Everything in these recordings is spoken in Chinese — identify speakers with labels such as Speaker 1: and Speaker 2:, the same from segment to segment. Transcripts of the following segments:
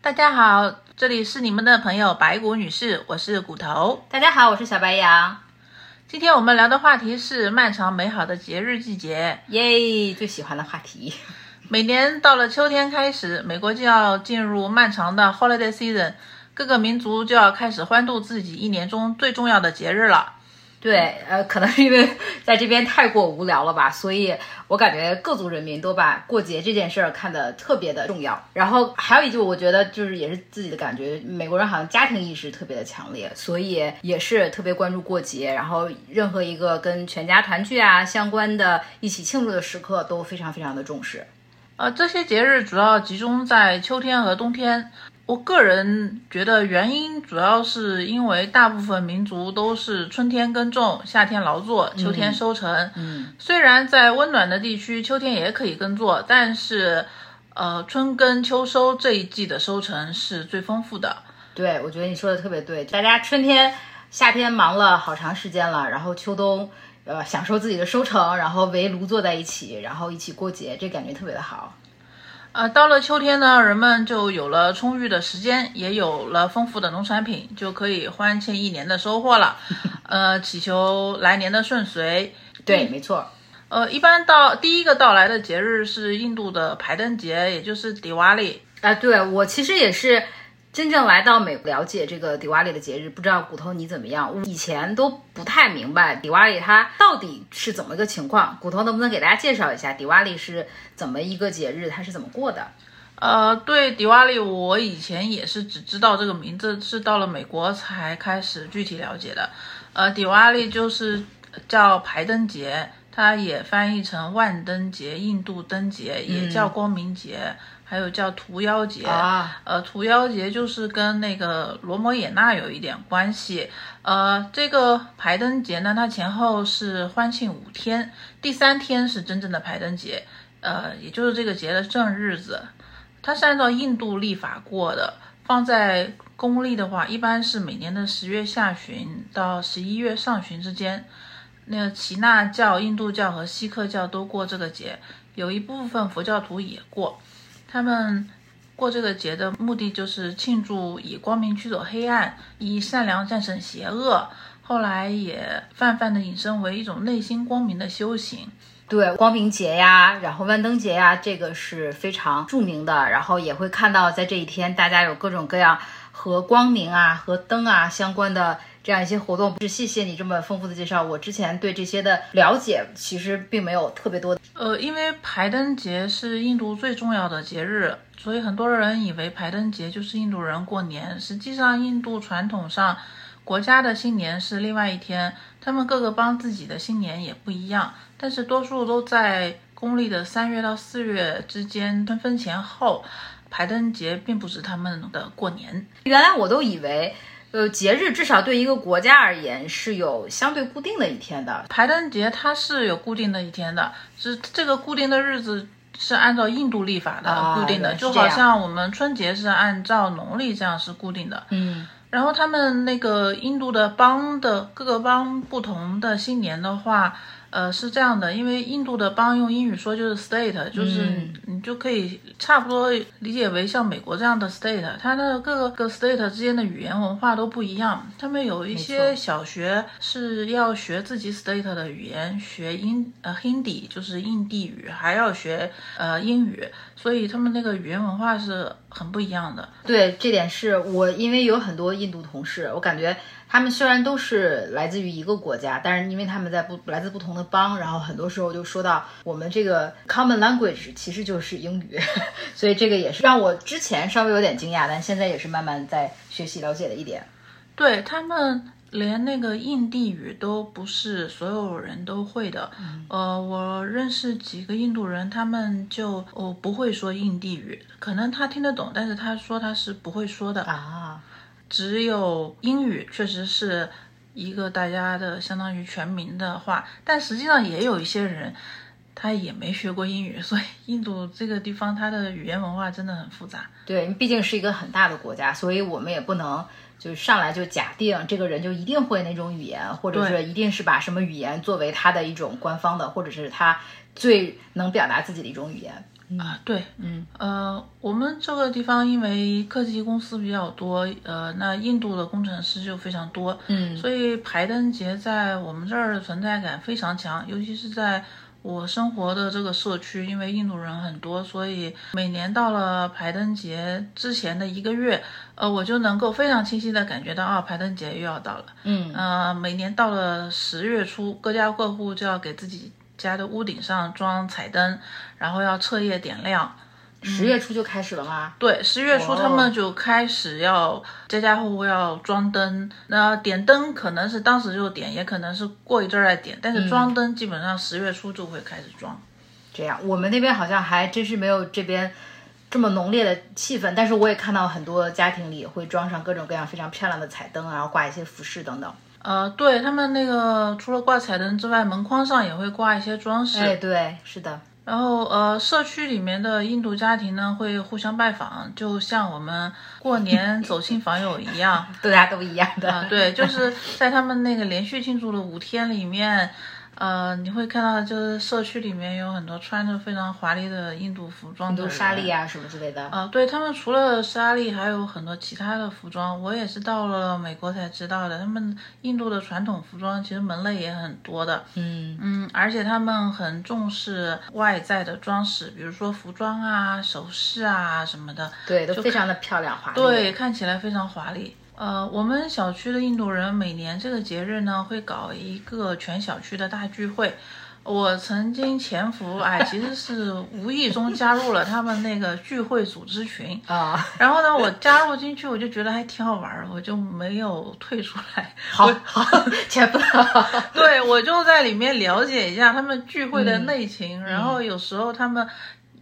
Speaker 1: 大家好，这里是你们的朋友白骨女士，我是骨头。
Speaker 2: 大家好，我是小白羊，
Speaker 1: 今天我们聊的话题是漫长美好的节日季节。
Speaker 2: 耶，最喜欢的话题。
Speaker 1: 每年到了秋天开始，美国就要进入漫长的 holiday season，各个民族就要开始欢度自己一年中最重要的节日了。
Speaker 2: 对，呃，可能是因为在这边太过无聊了吧，所以我感觉各族人民都把过节这件事儿看得特别的重要。然后还有一句，我觉得就是也是自己的感觉，美国人好像家庭意识特别的强烈，所以也是特别关注过节。然后任何一个跟全家团聚啊相关的、一起庆祝的时刻都非常非常的重视。
Speaker 1: 呃，这些节日主要集中在秋天和冬天。我个人觉得原因主要是因为大部分民族都是春天耕种，夏天劳作，秋天收成。
Speaker 2: 嗯，
Speaker 1: 虽然在温暖的地区秋天也可以耕作，但是，呃，春耕秋收这一季的收成是最丰富的。
Speaker 2: 对，我觉得你说的特别对。大家春天、夏天忙了好长时间了，然后秋冬，呃，享受自己的收成，然后围炉坐在一起，然后一起过节，这感觉特别的好。
Speaker 1: 呃，到了秋天呢，人们就有了充裕的时间，也有了丰富的农产品，就可以欢庆一年的收获了。 呃，祈求来年的顺遂。
Speaker 2: 对，没错。
Speaker 1: 呃，一般到第一个到来的节日是印度的排灯节，也就是迪瓦里。
Speaker 2: 啊、对我其实也是真正来到美国了解这个迪瓦里的节日，不知道骨头你怎么样？我以前都不太明白迪瓦里它到底是怎么一个情况。骨头能不能给大家介绍一下迪瓦里是怎么一个节日，它是怎么过的？
Speaker 1: 呃，对迪瓦里，我以前也是只知道这个名字，是到了美国才开始具体了解的。呃，迪瓦里就是叫排灯节，它也翻译成万灯节、印度灯节，也叫光明节，还有叫屠妖节。
Speaker 2: 啊，
Speaker 1: 呃，屠妖节就是跟那个罗摩衍那有一点关系。呃，这个排灯节呢，它前后是欢庆五天，第三天是真正的排灯节，呃，也就是这个节的正日子。它是按照印度历法过的，放在公历的话，一般是每年的十月下旬到十一月上旬之间。那个耆那教、印度教和锡克教都过这个节，有一部分佛教徒也过。他们过这个节的目的就是庆祝以光明驱走黑暗，以善良战胜邪恶。后来也泛泛的引申为一种内心光明的修行。
Speaker 2: 对，光明节呀，然后万灯节呀，这个是非常著名的。然后也会看到，在这一天，大家有各种各样和光明啊、和灯啊相关的这样一些活动。是谢谢你这么丰富的介绍，我之前对这些的了解其实并没有特别多。
Speaker 1: 呃，因为排灯节是印度最重要的节日，所以很多人以为排灯节就是印度人过年。实际上，印度传统上国家的新年是另外一天，他们各个邦自己的新年也不一样，但是多数都在公历的三月到四月之间，春分前后。排灯节并不是他们的过年。
Speaker 2: 原来我都以为，呃，节日至少对一个国家而言是有相对固定的一天的。
Speaker 1: 排灯节它是有固定的一天的，是这个固定的日子是按照印度历法的、
Speaker 2: 啊
Speaker 1: 固定的，
Speaker 2: 原来是
Speaker 1: 就
Speaker 2: 这
Speaker 1: 好
Speaker 2: 样
Speaker 1: 像我们春节是按照农历这样是固定的。
Speaker 2: 嗯，
Speaker 1: 然后他们那个印度的邦的各个邦不同的新年的话，呃是这样的，因为印度的邦用英语说就是 state，就是
Speaker 2: 嗯
Speaker 1: 你就可以差不多理解为像美国这样的 state，它的各个 state 之间的语言文化都不一样，他们有一些
Speaker 2: 没错
Speaker 1: 小学是要学自己 state 的语言，学英呃 Hindi 就是印地语，还要学呃英语，所以他们那个语言文化是很不一样的。
Speaker 2: 对，这点是我因为有很多印度同事，我感觉他们虽然都是来自于一个国家，但是因为他们在不来自不同的邦，然后很多时候就说到我们这个 common language 其实就是英语， 所以这个也是让我之前稍微有点惊讶，但现在也是慢慢在学习了解的一点。
Speaker 1: 对他们连那个印地语都不是所有人都会的。呃，我认识几个印度人，他们就哦不会说印地语，可能他听得懂，但是他说他是不会说的。
Speaker 2: 啊，
Speaker 1: 只有英语确实是一个大家的相当于全民的话，但实际上也有一些人。他也没学过英语，所以印度这个地方它的语言文化真的很复杂。
Speaker 2: 对，毕竟是一个很大的国家，所以我们也不能就是上来就假定这个人就一定会那种语言，或者
Speaker 1: 对
Speaker 2: 是一定是把什么语言作为他的一种官方的，或者是他最能表达自己的一种语言。
Speaker 1: 啊，对，
Speaker 2: 嗯，
Speaker 1: 呃，我们这个地方因为科技公司比较多，呃，那印度的工程师就非常多，
Speaker 2: 嗯
Speaker 1: 所以排灯节在我们这儿的存在感非常强，尤其是在我生活的这个社区，因为印度人很多，所以每年到了排灯节之前的一个月，呃，我就能够非常清晰的感觉到啊，排灯节又要到了。
Speaker 2: 嗯
Speaker 1: 呃，每年到了十月初，各家各户就要给自己家的屋顶上装彩灯，然后要彻夜点亮。
Speaker 2: 十月初就开始了吗？
Speaker 1: 对，十月初
Speaker 2: 哦
Speaker 1: 他们就开始要家家户户要装灯，那点灯可能是当时就点，也可能是过一阵儿再点，但是装
Speaker 2: 嗯
Speaker 1: 灯基本上十月初就会开始装。
Speaker 2: 这样，我们那边好像还真是没有这边这么浓烈的气氛，但是我也看到很多家庭里会装上各种各样非常漂亮的彩灯啊，然后挂一些服饰等等。
Speaker 1: 呃，对他们那个除了挂彩灯之外，门框上也会挂一些装饰。
Speaker 2: 哎，对，是的，
Speaker 1: 然后呃，社区里面的印度家庭呢会互相拜访，就像我们过年 走亲访友一样。
Speaker 2: 大家都一样的。
Speaker 1: 啊，对， 就是在他们那个连续庆祝的五天里面，呃，你会看到就是社区里面有很多穿着非常华丽的印度服装
Speaker 2: 很
Speaker 1: 的
Speaker 2: 多
Speaker 1: 人
Speaker 2: 沙粒啊什么之类的。
Speaker 1: 啊，对他们除了纱丽，还有很多其他的服装，我也是到了美国才知道的。他们印度的传统服装其实门类也很多的，
Speaker 2: 嗯
Speaker 1: 嗯，而且他们很重视外在的装饰，比如说服装啊、首饰啊什么的，
Speaker 2: 对，都非常的漂亮华丽。
Speaker 1: 对，，看起来非常华丽。呃，我们小区的印度人每年这个节日呢，会搞一个全小区的大聚会。我曾经潜伏，哎，其实是无意中加入了他们那个聚会组织群。
Speaker 2: 啊、
Speaker 1: 然后呢，我加入进去，我就觉得还挺好玩儿，我就没有退出来。
Speaker 2: 好好，全部
Speaker 1: 对，我就在里面了解一下他们聚会
Speaker 2: 嗯
Speaker 1: 的内情，然后有时候他们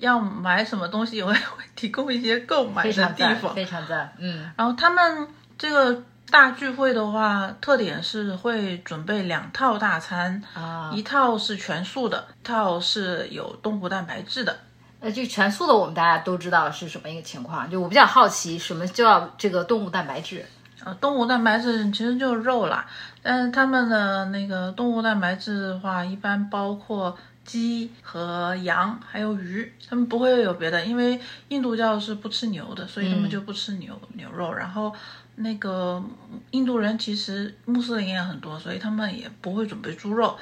Speaker 1: 要买什么东西，我也会提供一些购买
Speaker 2: 非
Speaker 1: 的
Speaker 2: 常
Speaker 1: 地
Speaker 2: 赞，
Speaker 1: 方。
Speaker 2: 非常赞。嗯
Speaker 1: 然后哦他们这个大聚会的话，特点是会准备两套大餐，
Speaker 2: 啊，
Speaker 1: 一套是全素的，一套是有动物蛋白质的。
Speaker 2: 呃，就全素的我们大家都知道是什么一个情况，就我比较好奇什么叫这个动物蛋白质。
Speaker 1: 呃，动物蛋白质其实就是肉啦，但是他们的那个动物蛋白质的话，一般包括鸡和羊，还有鱼，他们不会有别的，因为印度教是不吃牛的，所以他们就不吃牛、牛肉。然后那个印度人其实穆斯林也很多，所以他们也不会准备猪肉，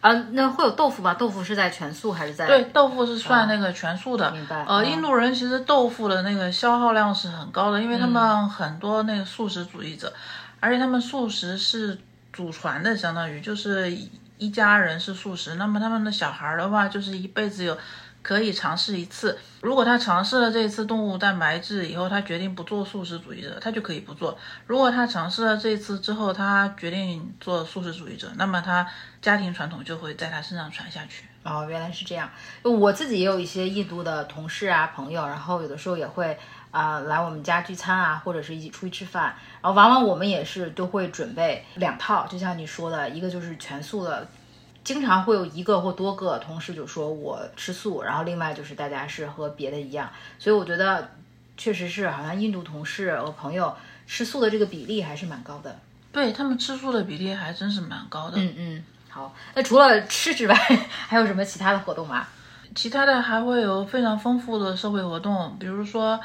Speaker 2: 啊，那会有豆腐吗？豆腐是在全素还是在？嗯
Speaker 1: 对，，豆腐是算那个全素的。
Speaker 2: 明白
Speaker 1: 呃，
Speaker 2: 嗯
Speaker 1: 印度人其实豆腐的那个消耗量是很高的，因为
Speaker 2: 嗯
Speaker 1: 他们很多那个素食主义者，而且他们素食是祖传的，相当于就是一一家人是素食，那么他们的小孩儿的话，就是一辈子有。可以尝试一次，如果他尝试了这一次动物蛋白质以后，他决定不做素食主义者，他就可以不做；如果他尝试了这一次之后，他决定做素食主义者，那么他家庭传统就会在他身上传下去。
Speaker 2: 哦，原来是这样。我自己也有一些印度的同事啊、朋友，然后有的时候也会啊、来我们家聚餐啊，或者是一起出去吃饭。然后往往我们也是都会准备两套，就像你说的，一个就是全素的，经常会有一个或多个同事就说我吃素，然后另外就是大家是和别的一样。所以我觉得确实是，好像印度同事和朋友吃素的这个比例还是蛮高的。
Speaker 1: 对他们吃素的比例还真是蛮高的。
Speaker 2: 嗯嗯，好。那除了吃之外， 还有什么其他的活动吗？
Speaker 1: 其他的还会有非常丰富的社会活动，比如说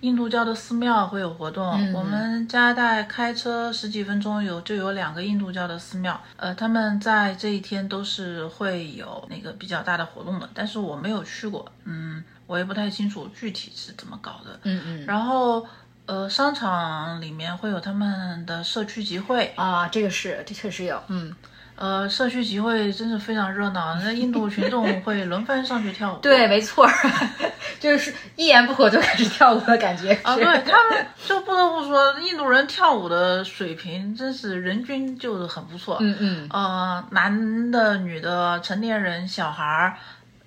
Speaker 1: 印度教的寺庙会有活动。
Speaker 2: 嗯
Speaker 1: 我们加拿大开车十几分钟有就有两个印度教的寺庙，呃，他们在这一天都是会有那个比较大的活动的，但是我没有去过，嗯，我也不太清楚具体是怎么搞的。
Speaker 2: 嗯嗯。
Speaker 1: 然后。呃，商场里面会有他们的社区集会，
Speaker 2: 啊，这个是，这确实有，嗯，
Speaker 1: 呃，社区集会真是非常热闹，那印度群 众会轮番上去跳舞。
Speaker 2: 对，没错儿， 就是一言不合就开始跳舞的感觉。
Speaker 1: 啊，
Speaker 2: 是
Speaker 1: 对他们就不得不说，印度人跳舞的水平真是人均就是很不错。
Speaker 2: 嗯嗯，
Speaker 1: 呃，男的、女的、成年人、小孩儿，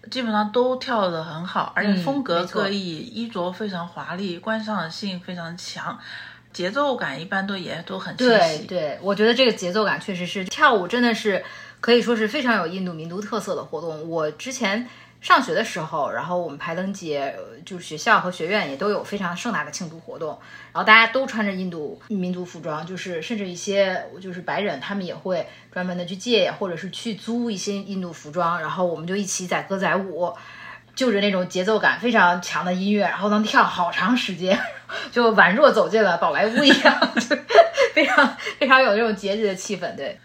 Speaker 1: 基本上都跳得很好，而且风格
Speaker 2: 嗯没错
Speaker 1: 各异，衣着非常华丽，观赏性非常强，节奏感一般都也都很清
Speaker 2: 对
Speaker 1: 晰。
Speaker 2: 对，我觉得这个节奏感确实是跳舞，真的是可以说是非常有印度民族特色的活动。我之前上学的时候，然后我们排灯节，呃就是学校和学院也都有非常盛大的庆祝活动，然后大家都穿着印度民族服装，就是甚至一些就是白人，他们也会专门的去借或者是去租一些印度服装，然后我们就一起载歌载舞。就着那种节奏感非常强的音乐，然后能跳好长时间，就宛若走进了宝莱坞一样，就 非常非常有这种节日的气氛。对，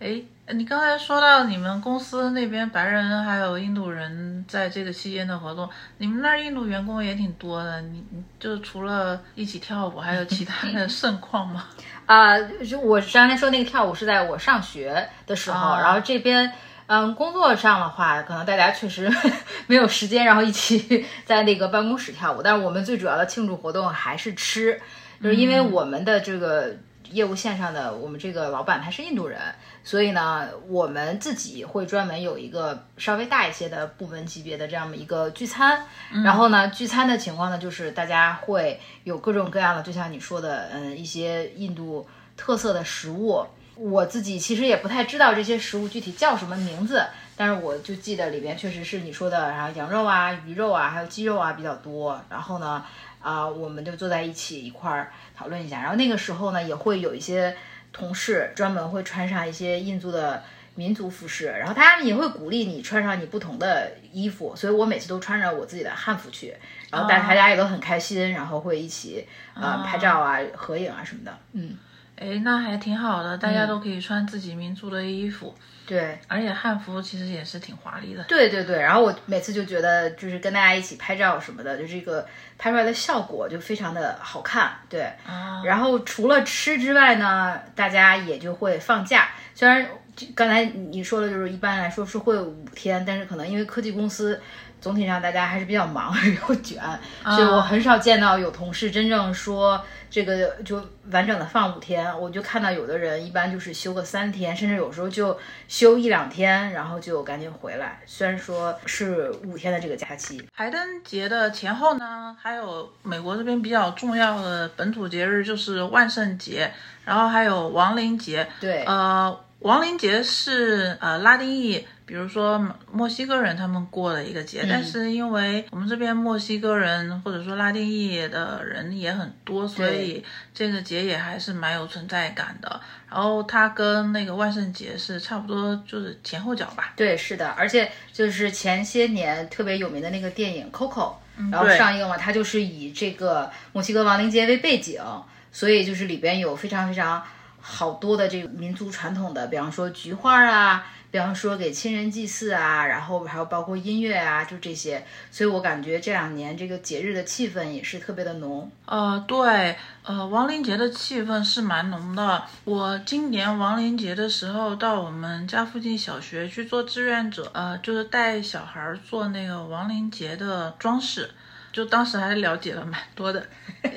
Speaker 1: 哎，你刚才说到你们公司那边白人还有印度人在这个期间的活动，你们那儿印度员工也挺多的，你你就除了一起跳舞，还有其他 的盛况吗？
Speaker 2: 啊、就我刚才说那个跳舞是在我上学的时候，
Speaker 1: 啊
Speaker 2: 然后这边。嗯，工作上的话，可能大家确实 没有时间，然后一起 在那个办公室跳舞。但是我们最主要的庆祝活动还是吃，就是因为我们的这个业务线上的我们这个老板他是印度人，所以呢，我们自己会专门有一个稍微大一些的部门级别的这样的一个聚餐。然后呢，聚餐的情况呢，就是大家会有各种各样的，就像你说的，嗯，一些印度特色的食物。我自己其实也不太知道这些食物具体叫什么名字，但是我就记得里边确实是你说的，然后羊肉啊、鱼肉啊，还有鸡肉啊比较多。然后呢，啊、我们就坐在一起一块儿讨论一下。然后那个时候呢，也会有一些同事专门会穿上一些印度的民族服饰，然后他们也会鼓励你穿上你不同的衣服，所以我每次都穿着我自己的汉服去，然后大大家也都很开心，然后会一起呃拍照啊、合影啊什么的。嗯，
Speaker 1: 哎，那还挺好的，大家都可以穿自己民族的衣服，
Speaker 2: 对。
Speaker 1: 而且汉服其实也是挺华丽的。
Speaker 2: 对对对，然后我每次就觉得，就是跟大家一起拍照什么的，就这个拍出来的效果就非常的好看，对。
Speaker 1: 啊，
Speaker 2: 然后除了吃之外呢，大家也就会放假。虽然就刚才你说的，就是一般来说是会五天，但是可能因为科技公司总体上大家还是比较忙， 比较卷，所以我很少见到有同事真正说这个就完整的放五天。我就看到有的人一般就是休个三天，甚至有时候就休一两天，然后就赶紧回来。虽然说是五天的这个假期，
Speaker 1: 排灯节的前后呢，还有美国这边比较重要的本土节日就是万圣节，然后还有亡灵节。
Speaker 2: 对，
Speaker 1: 呃，亡灵节是呃拉丁裔，比如说墨西哥人他们过的一个节，
Speaker 2: 嗯
Speaker 1: 但是因为我们这边墨西哥人或者说拉丁裔的人也很多，所以这个节也还是蛮有存在感的。然后它跟那个万圣节是差不多，就是前后脚吧。
Speaker 2: 对，是的，而且就是前些年特别有名的那个电影《Coco》，然后
Speaker 1: 对
Speaker 2: 上映了，它就是以这个墨西哥亡灵节为背景，所以就是里边有非常非常好多的这个民族传统的，比方说菊花啊，比方说给亲人祭祀啊，然后还有包括音乐啊，就这些，所以我感觉这两年这个节日的气氛也是特别的浓。
Speaker 1: 呃，对，呃，亡灵节的气氛是蛮浓的。我今年亡灵节的时候到我们家附近小学去做志愿者，呃，就是带小孩儿做那个亡灵节的装饰，就当时还了解了蛮多的。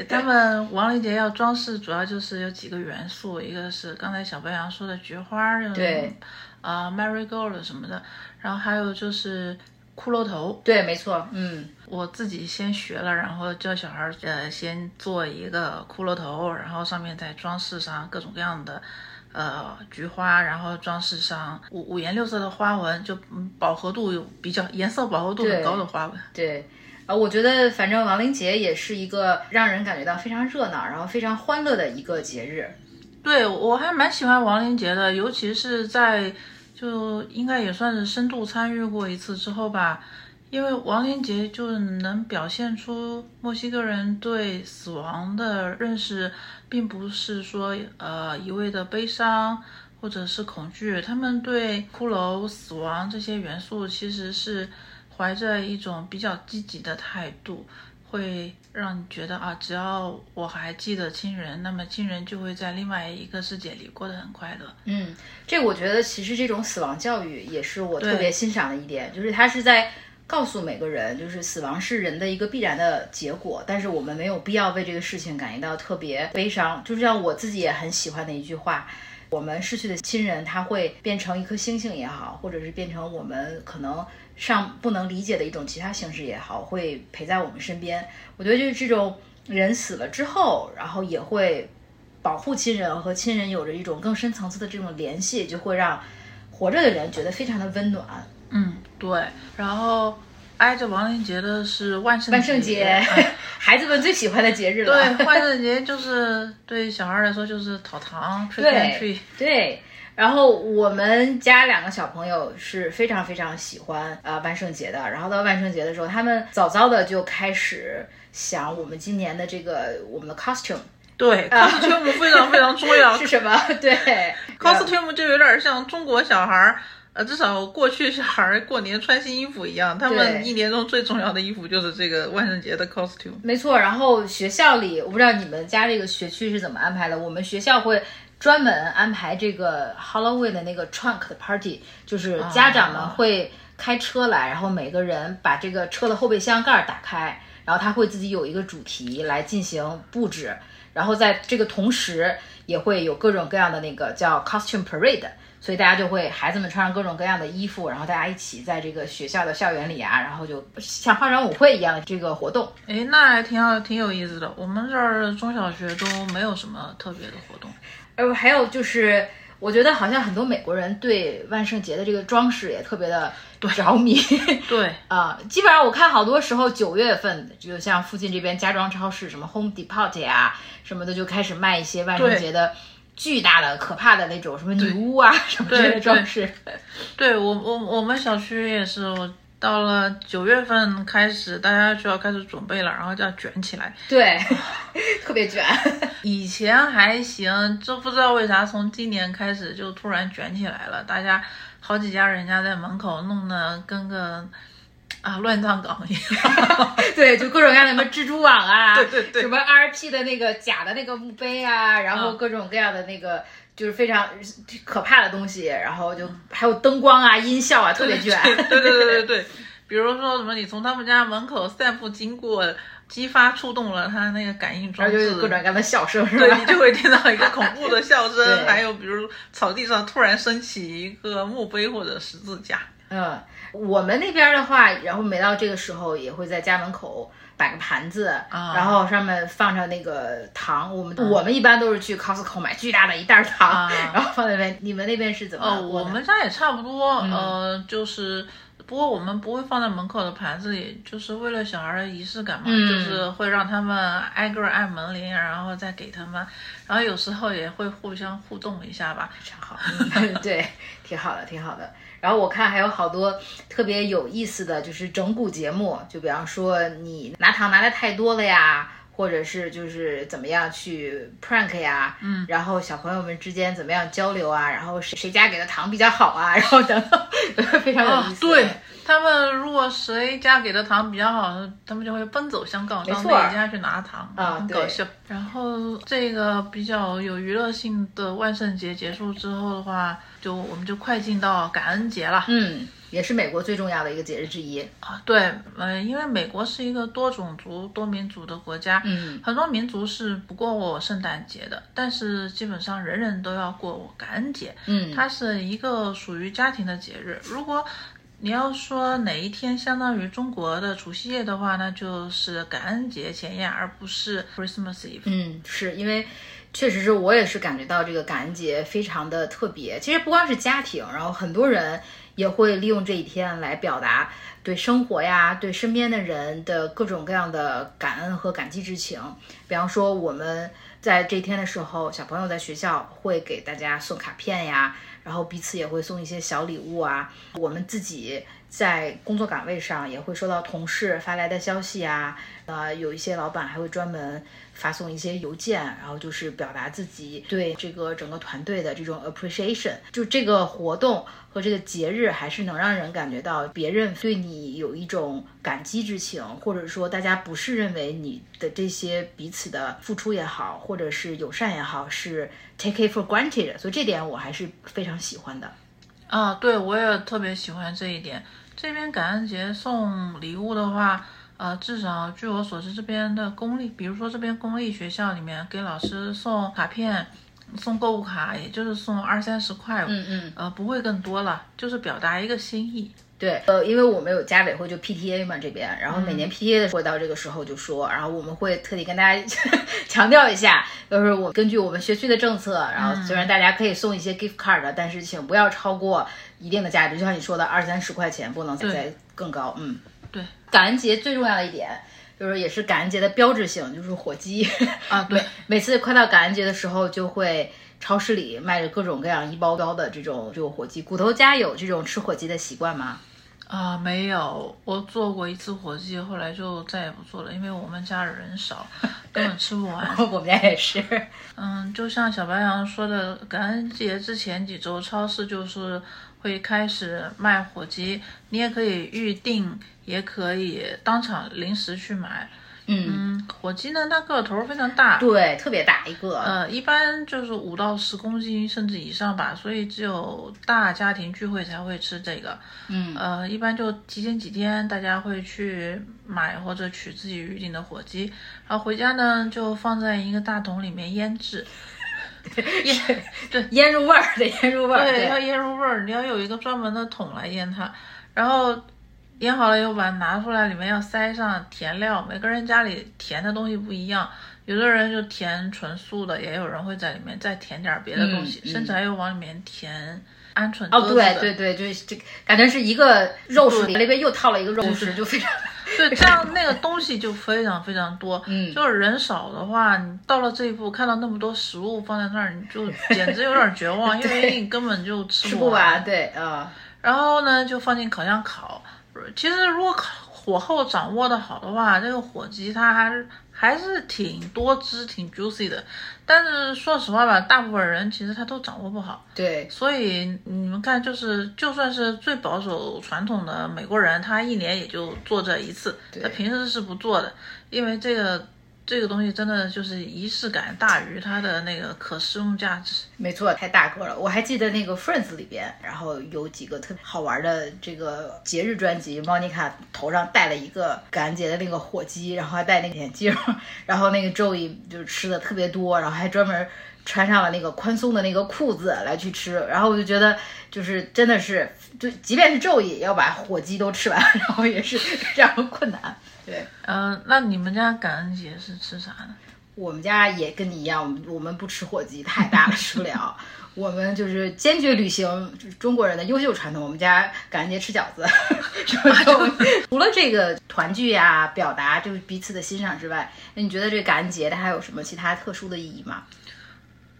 Speaker 1: 他们亡灵节要装饰，主要就是有几个元素，一个是刚才小白羊说的菊花，
Speaker 2: 对，
Speaker 1: 啊、m a r y g o l d 什么的，然后还有就是骷髅头，
Speaker 2: 对，没错，嗯，
Speaker 1: 我自己先学了，然后教小孩儿呃先做一个骷髅头，然后上面再装饰上各种各样的呃菊花，然后装饰上五五颜六色的花纹，就嗯饱和度有比较颜色饱和度很高的花纹。
Speaker 2: 对。啊，我觉得反正亡灵节也是一个让人感觉到非常热闹，然后非常欢乐的一个节日。
Speaker 1: 对我还蛮喜欢亡灵节的，尤其是在就应该也算是深度参与过一次之后吧。因为亡灵节就是能表现出墨西哥人对死亡的认识，并不是说呃一味的悲伤或者是恐惧，他们对骷髅、死亡这些元素其实是怀着一种比较积极的态度，会让你觉得啊，只要我还记得亲人，那么亲人就会在另外一个世界里过得很快乐。
Speaker 2: 嗯，这我觉得其实这种死亡教育也是我特
Speaker 1: 对
Speaker 2: 别欣赏的一点，就是它是在告诉每个人，就是死亡是人的一个必然的结果，但是我们没有必要为这个事情感觉到特别悲伤。就像我自己也很喜欢的一句话。我们逝去的亲人，他会变成一颗星星也好，或者是变成我们可能上不能理解的一种其他形式也好，会陪在我们身边。我觉得就是这种人死了之后，然后也会保护亲人和亲人有着一种更深层次的这种联系，就会让活着的人觉得非常的温暖。
Speaker 1: 嗯，对。然后挨着亡灵节啊的是万圣
Speaker 2: 万圣节，
Speaker 1: 哎
Speaker 2: 孩子们最喜欢的节日了。
Speaker 1: 对，万圣节就是对小孩来说就是讨糖 trick
Speaker 2: 对
Speaker 1: or treat。
Speaker 2: 对，然后我们家两个小朋友是非常非常喜欢呃万圣节的，然后到万圣节的时候，他们早早的就开始想我们今年的这个我们的 costume
Speaker 1: 对，costume 非常非常重要
Speaker 2: 嗯 是什么，对
Speaker 1: ，costume 就有点像中国小孩儿。呃，至少过去小孩儿过年穿新衣服一样，他们一年中最重要的衣服就是这个万圣节的 costume。
Speaker 2: 没错，然后学校里，我不知道你们家这个学区是怎么安排的，我们学校会。专门安排这个 Halloween 的那个 trunk 的 party，就是家长们会开车来，然后每个人把这个车的后备箱盖儿打开，然后他会自己有一个主题来进行布置，然后在这个同时也会有各种各样的那个叫 costume parade，所以大家就会孩子们穿上各种各样的衣服，然后大家一起在这个学校的校园里啊，然后就像化妆舞会一样的这个活动。
Speaker 1: 哎，那还挺好，挺有意思的。我们这儿中小学都没有什么特别的活动。
Speaker 2: 呃，还有就是，我觉得好像很多美国人对万圣节的这个装饰也特别的着迷
Speaker 1: 对，
Speaker 2: 啊、基本上我看好多时候九月份，就像附近这边家装超市，什么 Home Depot 呀、什么的，就开始卖一些万圣节的巨大的、可怕的那种什么女巫啊什么之类的
Speaker 1: 对
Speaker 2: 装饰。
Speaker 1: 对我我我们小区也是，我到了九月份开始，大家就要开始准备了，然后就要卷起来。
Speaker 2: 对， 特别卷。
Speaker 1: 以前还行，这不知道为啥从今年开始就突然卷起来了，大家好几家人家在门口弄得跟个啊乱葬岗一样。
Speaker 2: 对，就各种各样的什么蜘蛛网 啊，
Speaker 1: 对对对
Speaker 2: 什么 RP 的那个假的那个墓碑啊，然后
Speaker 1: 嗯
Speaker 2: 各种各样的那个。就是非常可怕的东西，然后就还有灯光啊、音效啊，特别卷。
Speaker 1: 对对对对对，比如说什么，你从他们家门口散步经过，激发触动了他那个感应装
Speaker 2: 然后就
Speaker 1: 置
Speaker 2: 有，各种各样的笑声，是
Speaker 1: 对
Speaker 2: 吧
Speaker 1: 你？就会听到一个恐怖的笑声，
Speaker 2: 对
Speaker 1: 还有比如草地上突然升起一个墓碑或者十字架。
Speaker 2: 嗯，我们那边的话，然后每到这个时候也会在家门口摆个盘子，
Speaker 1: 啊嗯
Speaker 2: 然后上面放着那个糖。我们、我们一般都是去 Costco 买巨大的一袋糖，
Speaker 1: 啊
Speaker 2: 然后放在那边。你们那边是怎么
Speaker 1: 呃，
Speaker 2: 过
Speaker 1: 我
Speaker 2: 的？嗯
Speaker 1: 们家也差不多，呃，就是。不过我们不会放在门口的盘子里，就是为了小孩的仪式感嘛，
Speaker 2: 嗯
Speaker 1: 就是会让他们挨个儿按门铃，然后再给他们，然后有时候也会互相互动一下吧。
Speaker 2: 非常好，嗯 对，挺好的，挺好的。然后我看还有好多特别有意思的，就是整蛊节目，就比方说你拿糖拿的太多了呀，或者是就是怎么样去 prank 呀，嗯，然后小朋友们之间怎么样交流啊，然后谁谁家给的糖比较好啊，然后等等， 非常有意思。
Speaker 1: 啊哦对他们，如果谁家给的糖比较好，他们就会奔走相告，
Speaker 2: 没
Speaker 1: 到
Speaker 2: 错
Speaker 1: 那一家去拿糖，
Speaker 2: 啊
Speaker 1: 很
Speaker 2: 对
Speaker 1: 搞笑。然后这个比较有娱乐性的万圣节结束之后的话，就我们就快进到感恩节了。
Speaker 2: 嗯，也是美国最重要的一个节日之一。
Speaker 1: 啊，对，呃，因为美国是一个多种族、多民族的国家，
Speaker 2: 嗯，
Speaker 1: 很多民族是不过圣诞节的，但是基本上人人都要过感恩节，
Speaker 2: 嗯，
Speaker 1: 它是一个属于家庭的节日。如果你要说哪一天相当于中国的除夕夜的话，那就是感恩节前夜，而不是 Christmas Eve。
Speaker 2: 嗯，是因为确实是我也是感觉到这个感恩节非常的特别。其实不光是家庭，然后很多人也会利用这一天来表达对生活呀、对身边的人的各种各样的感恩和感激之情。比方说，我们在这一天的时候，小朋友在学校会给大家送卡片呀，然后彼此也会送一些小礼物啊。我们自己在工作岗位上也会收到同事发来的消息啊，呃，有一些老板还会专门发送一些邮件，然后就是表达自己对这个整个团队的这种 appreciation。就这个活动和这个节日，还是能让人感觉到别人对你有一种感激之情，或者说大家不是认为你的这些彼此的付出也好，或者是友善也好，是 take it for granted 的。所以这点我还是非常喜欢的。
Speaker 1: 啊，对，我也特别喜欢这一点。这边感恩节送礼物的话，呃，至少据我所知，这边的公立，比如说这边公立学校里面给老师送卡片、送购物卡，也就是送二三十块，
Speaker 2: 嗯嗯。
Speaker 1: 呃，不会更多了，就是表达一个心意。
Speaker 2: 对，呃，因为我们有家委会，就 PTA 嘛这边，然后每
Speaker 1: 嗯
Speaker 2: 年 PTA 的会到这个时候就说，然后我们会特地跟大家 强调一下，就是我根据我们学区的政策，然后
Speaker 1: 嗯
Speaker 2: 虽然大家可以送一些 gift card，、但是请不要超过一定的价值，就像你说的二三十块钱，不能再
Speaker 1: 对
Speaker 2: 再更高。嗯，
Speaker 1: 对，
Speaker 2: 感恩节最重要的一点。就是也是感恩节的标志性，就是火鸡，
Speaker 1: 啊，对，
Speaker 2: 每次快到感恩节的时候，就会超市里卖着各种各样一包包的这种这种火鸡。骨头家有这种吃火鸡的习惯吗？
Speaker 1: 啊、没有，我做过一次火鸡，后来就再也不做了，因为我们家人少，根本吃不 完。
Speaker 2: 我们家也是，
Speaker 1: 嗯，就像小白羊说的，感恩节之前几周，超市就是会开始卖火鸡，你也可以预定，也可以当场临时去买。
Speaker 2: 嗯，
Speaker 1: 嗯，火鸡呢，它个头儿非常大，
Speaker 2: 对，特别大一个，
Speaker 1: 呃，一般就是五到十公斤甚至以上吧，所以只有大家庭聚会才会吃这个。
Speaker 2: 嗯
Speaker 1: 呃，一般就提前几天，大家会去买或者取自己预定的火鸡，然后回家呢就放在一个大桶里面腌制。腌
Speaker 2: 腌入味儿的腌入味儿，
Speaker 1: 对，要腌入味儿，你要有一个专门的桶来腌它，然后。腌好了以后，把它拿出来，里面要塞上甜料。每个人家里甜的东西不一样，有的人就甜纯素的，也有人会在里面再填点别的东西，
Speaker 2: 嗯嗯
Speaker 1: 甚至还有往里面填鹌鹑。
Speaker 2: 哦，对对对，就是这感觉是一个肉食里那边又套了一个肉食，就非常
Speaker 1: 对，这样那个东西就非常非常多。
Speaker 2: 嗯
Speaker 1: 就是人少的话，你到了这一步，看到那么多食物放在那儿，你就简直有点绝 望，因为你根本就吃
Speaker 2: 吃
Speaker 1: 不
Speaker 2: 不
Speaker 1: 完。
Speaker 2: 完，对啊，
Speaker 1: 然后呢，就放进烤箱烤。其实如果烤火候掌握的好的话，这个火鸡它还是还是挺多汁、挺 juicy 的。但是说实话吧，大部分人其实他都掌握不好。
Speaker 2: 对，
Speaker 1: 所以你们看，就是就算是最保守传统的美国人，他一年也就做这一次，
Speaker 2: 对
Speaker 1: 他平时是不做的，因为这个这个东西真的就是仪式感大于它的那个可食用价值。
Speaker 2: 没错，太大个了。我还记得那个 Friends 里边，然后有几个特别好玩的这个节日专辑，莫妮卡头上戴了一个感恩节的那个火鸡，然后还戴那个眼镜儿，然后那个 Joey 就是吃的特别多，然后还专门。穿上了那个宽松的那个裤子来去吃，然后我就觉得，就是真的是，就即便是 Joey 也要把火鸡都吃完，然后也是非常困难。对，
Speaker 1: 嗯、那你们家感恩节是吃啥呢？
Speaker 2: 我们家也跟你一样，我们我们不吃火鸡，太大了吃不 了。我们就是坚决履行就是中国人的优秀传统，我们家感恩节吃饺 子。然后除了这个团聚呀、表达就是彼此的欣赏之外，那你觉得这感恩节它还有什么其他特殊的意义吗？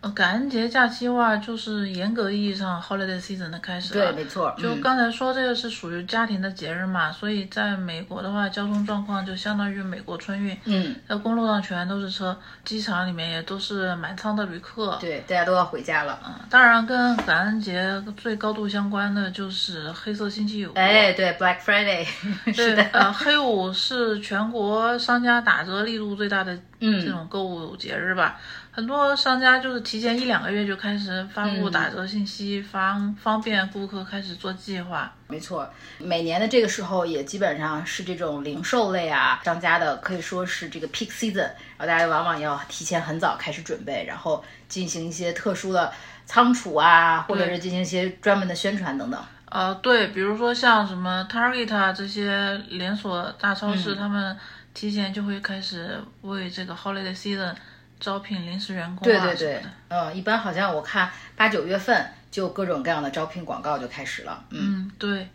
Speaker 1: 呃，感恩节假期的话，就是严格意义上 holiday season 的开始
Speaker 2: 对，
Speaker 1: 了。
Speaker 2: 没错，
Speaker 1: 就
Speaker 2: 嗯
Speaker 1: 刚才说这个是属于家庭的节日嘛，所以在美国的话，交通状况就相当于美国春运。
Speaker 2: 嗯，
Speaker 1: 那公路上全都是车，机场里面也都是满仓的旅客。
Speaker 2: 对，大家都要回家了。
Speaker 1: 嗯，当然跟感恩节最高度相关的就是黑色星期五。
Speaker 2: 哎，对 ，Black Friday，是
Speaker 1: 对，
Speaker 2: 的，
Speaker 1: 呃，黑五是全国商家打折力度最大的
Speaker 2: 嗯
Speaker 1: 这种购物节日吧。很多商家就是提前一两个月就开始发布
Speaker 2: 嗯
Speaker 1: 打折信息，方方便顾客开始做计划。
Speaker 2: 没错，每年的这个时候也基本上是这种零售类啊商家的，可以说是这个 peak season，然后大家往往要提前很早开始准备，然后进行一些特殊的仓储啊，或者是进行一些专门的宣传等等。
Speaker 1: 呃，对，比如说像什么 Target 啊这些连锁大超
Speaker 2: 嗯
Speaker 1: 市，他们提前就会开始为这个 holiday season 招聘临时员工啊
Speaker 2: 对对
Speaker 1: 什么
Speaker 2: 对
Speaker 1: 的。，
Speaker 2: 嗯，一般好像我看八九月份就各种各样的招聘广告就开始了。嗯
Speaker 1: 嗯，对，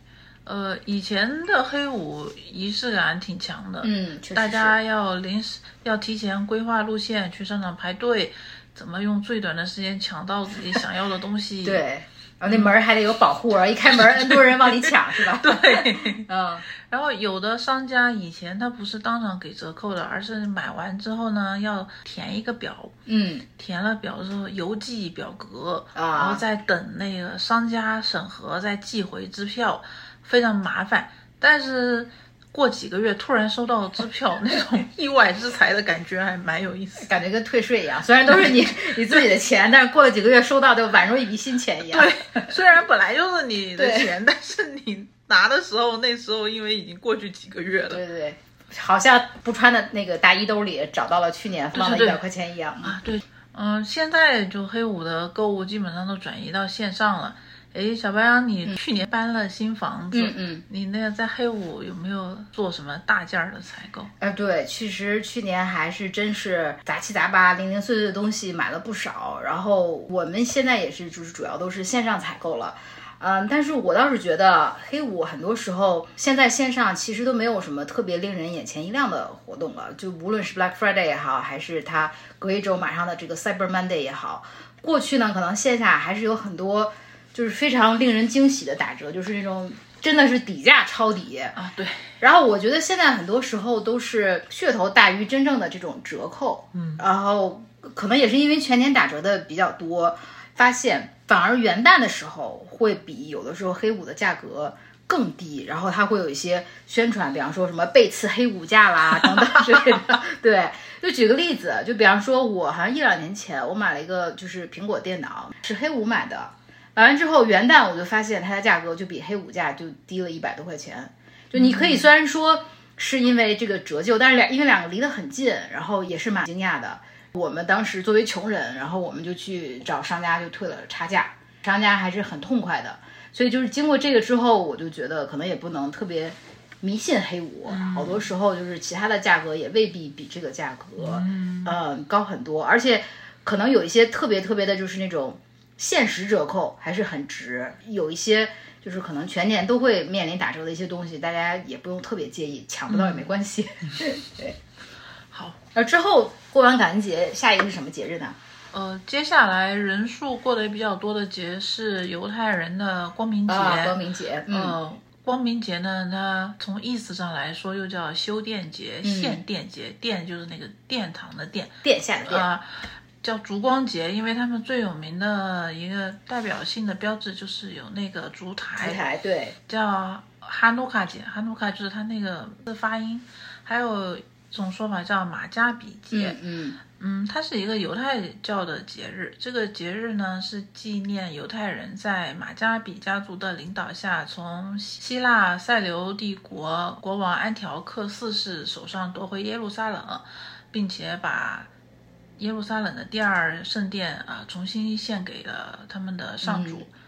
Speaker 1: 呃，以前的黑五仪式感挺强的，
Speaker 2: 嗯，确实
Speaker 1: 大
Speaker 2: 是
Speaker 1: 家要临时要提前规划路线，去商场排队，怎么用最短的时间抢到自己想要的东西。
Speaker 2: 对，然后那门儿还得有保护，啊然后一开门儿，N 多人往里抢是 吧？
Speaker 1: 对，
Speaker 2: 嗯，
Speaker 1: 然后有的商家以前他不是当场给折扣的，而是买完之后呢要填一个表，
Speaker 2: 嗯，
Speaker 1: 填了表之后邮寄表格，
Speaker 2: 啊
Speaker 1: 然后再等那个商家审核，再寄回支票，非常麻烦。但是过几个月突然收到支票，那种意外之财的感觉还蛮有意思。
Speaker 2: 感觉跟退税一样，虽然都是 你你自己的钱，但是过了几个月收到就宛如一笔新钱一样。
Speaker 1: 对， 虽然本来就是你的
Speaker 2: 对
Speaker 1: 钱，但是你拿的时候，那时候因为已经过去几个月了。
Speaker 2: 对对对好像不穿的那个大衣兜里找到了去年放的
Speaker 1: 对
Speaker 2: 一
Speaker 1: 对
Speaker 2: 百块钱一样。
Speaker 1: 啊，对，嗯，现在就黑五的购物基本上都转移到线上了。诶，小白羊，你去年搬了新房子，
Speaker 2: 嗯嗯
Speaker 1: 你那个在黑五有没有做什么大件儿的采购？
Speaker 2: 呃，对，其实去年还是真是杂七杂八、零零碎碎的东西买了不少。然后我们现在也是，就是主要都是线上采购了。嗯，但是我倒是觉得黑五很多时候现在线上其实都没有什么特别令人眼前一亮的活动了，就无论是 Black Friday 也好，还是它隔一周马上的这个 Cyber Monday 也好，过去呢可能线下还是有很多就是非常令人惊喜的打折，就是那种真的是底价超底，
Speaker 1: 啊，对，
Speaker 2: 然后我觉得现在很多时候都是噱头大于真正的这种折扣，嗯，然后可能也是因为全年打折的比较多，发现反而元旦的时候会比有的时候黑五的价格更低，然后它会有一些宣传，比方说什么背刺黑五价啦等等之类的。 对，就举个例子，就比方说我好像一两年前我买了一个就是苹果电脑，是黑五买的，买完之后元旦我就发现它的价格就比黑五价就低了一百多块钱。就你可以虽然说是因为这个折旧，但是两因为两个离得很近，然后也是蛮惊讶的。我们当时作为穷人，然后我们就去找商家就退了差价，商家还是很痛快的。所以就是经过这个之后，我就觉得可能也不能特别迷信黑五，好多时候就是其他的价格也未必比这个价格，嗯、高很多，而且可能有一些特别特别的，就是那种限时折扣还是很值，有一些。就是可能全年都会面临打折的一些东西，大家也不用特别介意，抢不到也没关系。 对，
Speaker 1: 好。
Speaker 2: 而之后过完感恩节，下一个是什么节日呢？
Speaker 1: 呃，接下来人数过得也比较多的节是犹太人的光明节，
Speaker 2: 啊，光明节。嗯，
Speaker 1: 呃，光明节呢，它从意思上来说又叫修殿节、献殿节，殿就是那个殿堂的殿
Speaker 2: 殿下的殿。
Speaker 1: 啊、叫烛光节，因为他们最有名的一个代表性的标志就是有那个烛台，
Speaker 2: 舞台对，
Speaker 1: 叫哈努卡节，哈努卡就是它那个字发音，还有一种说法叫马加比节，
Speaker 2: 嗯嗯
Speaker 1: 嗯，它是一个犹太教的节日。这个节日呢，是纪念犹太人在马加比家族的领导下，从希腊塞琉帝国国王安条克四世手上夺回耶路撒冷，并且把耶路撒冷的第二圣殿啊、重新献给了他们的上主。
Speaker 2: 嗯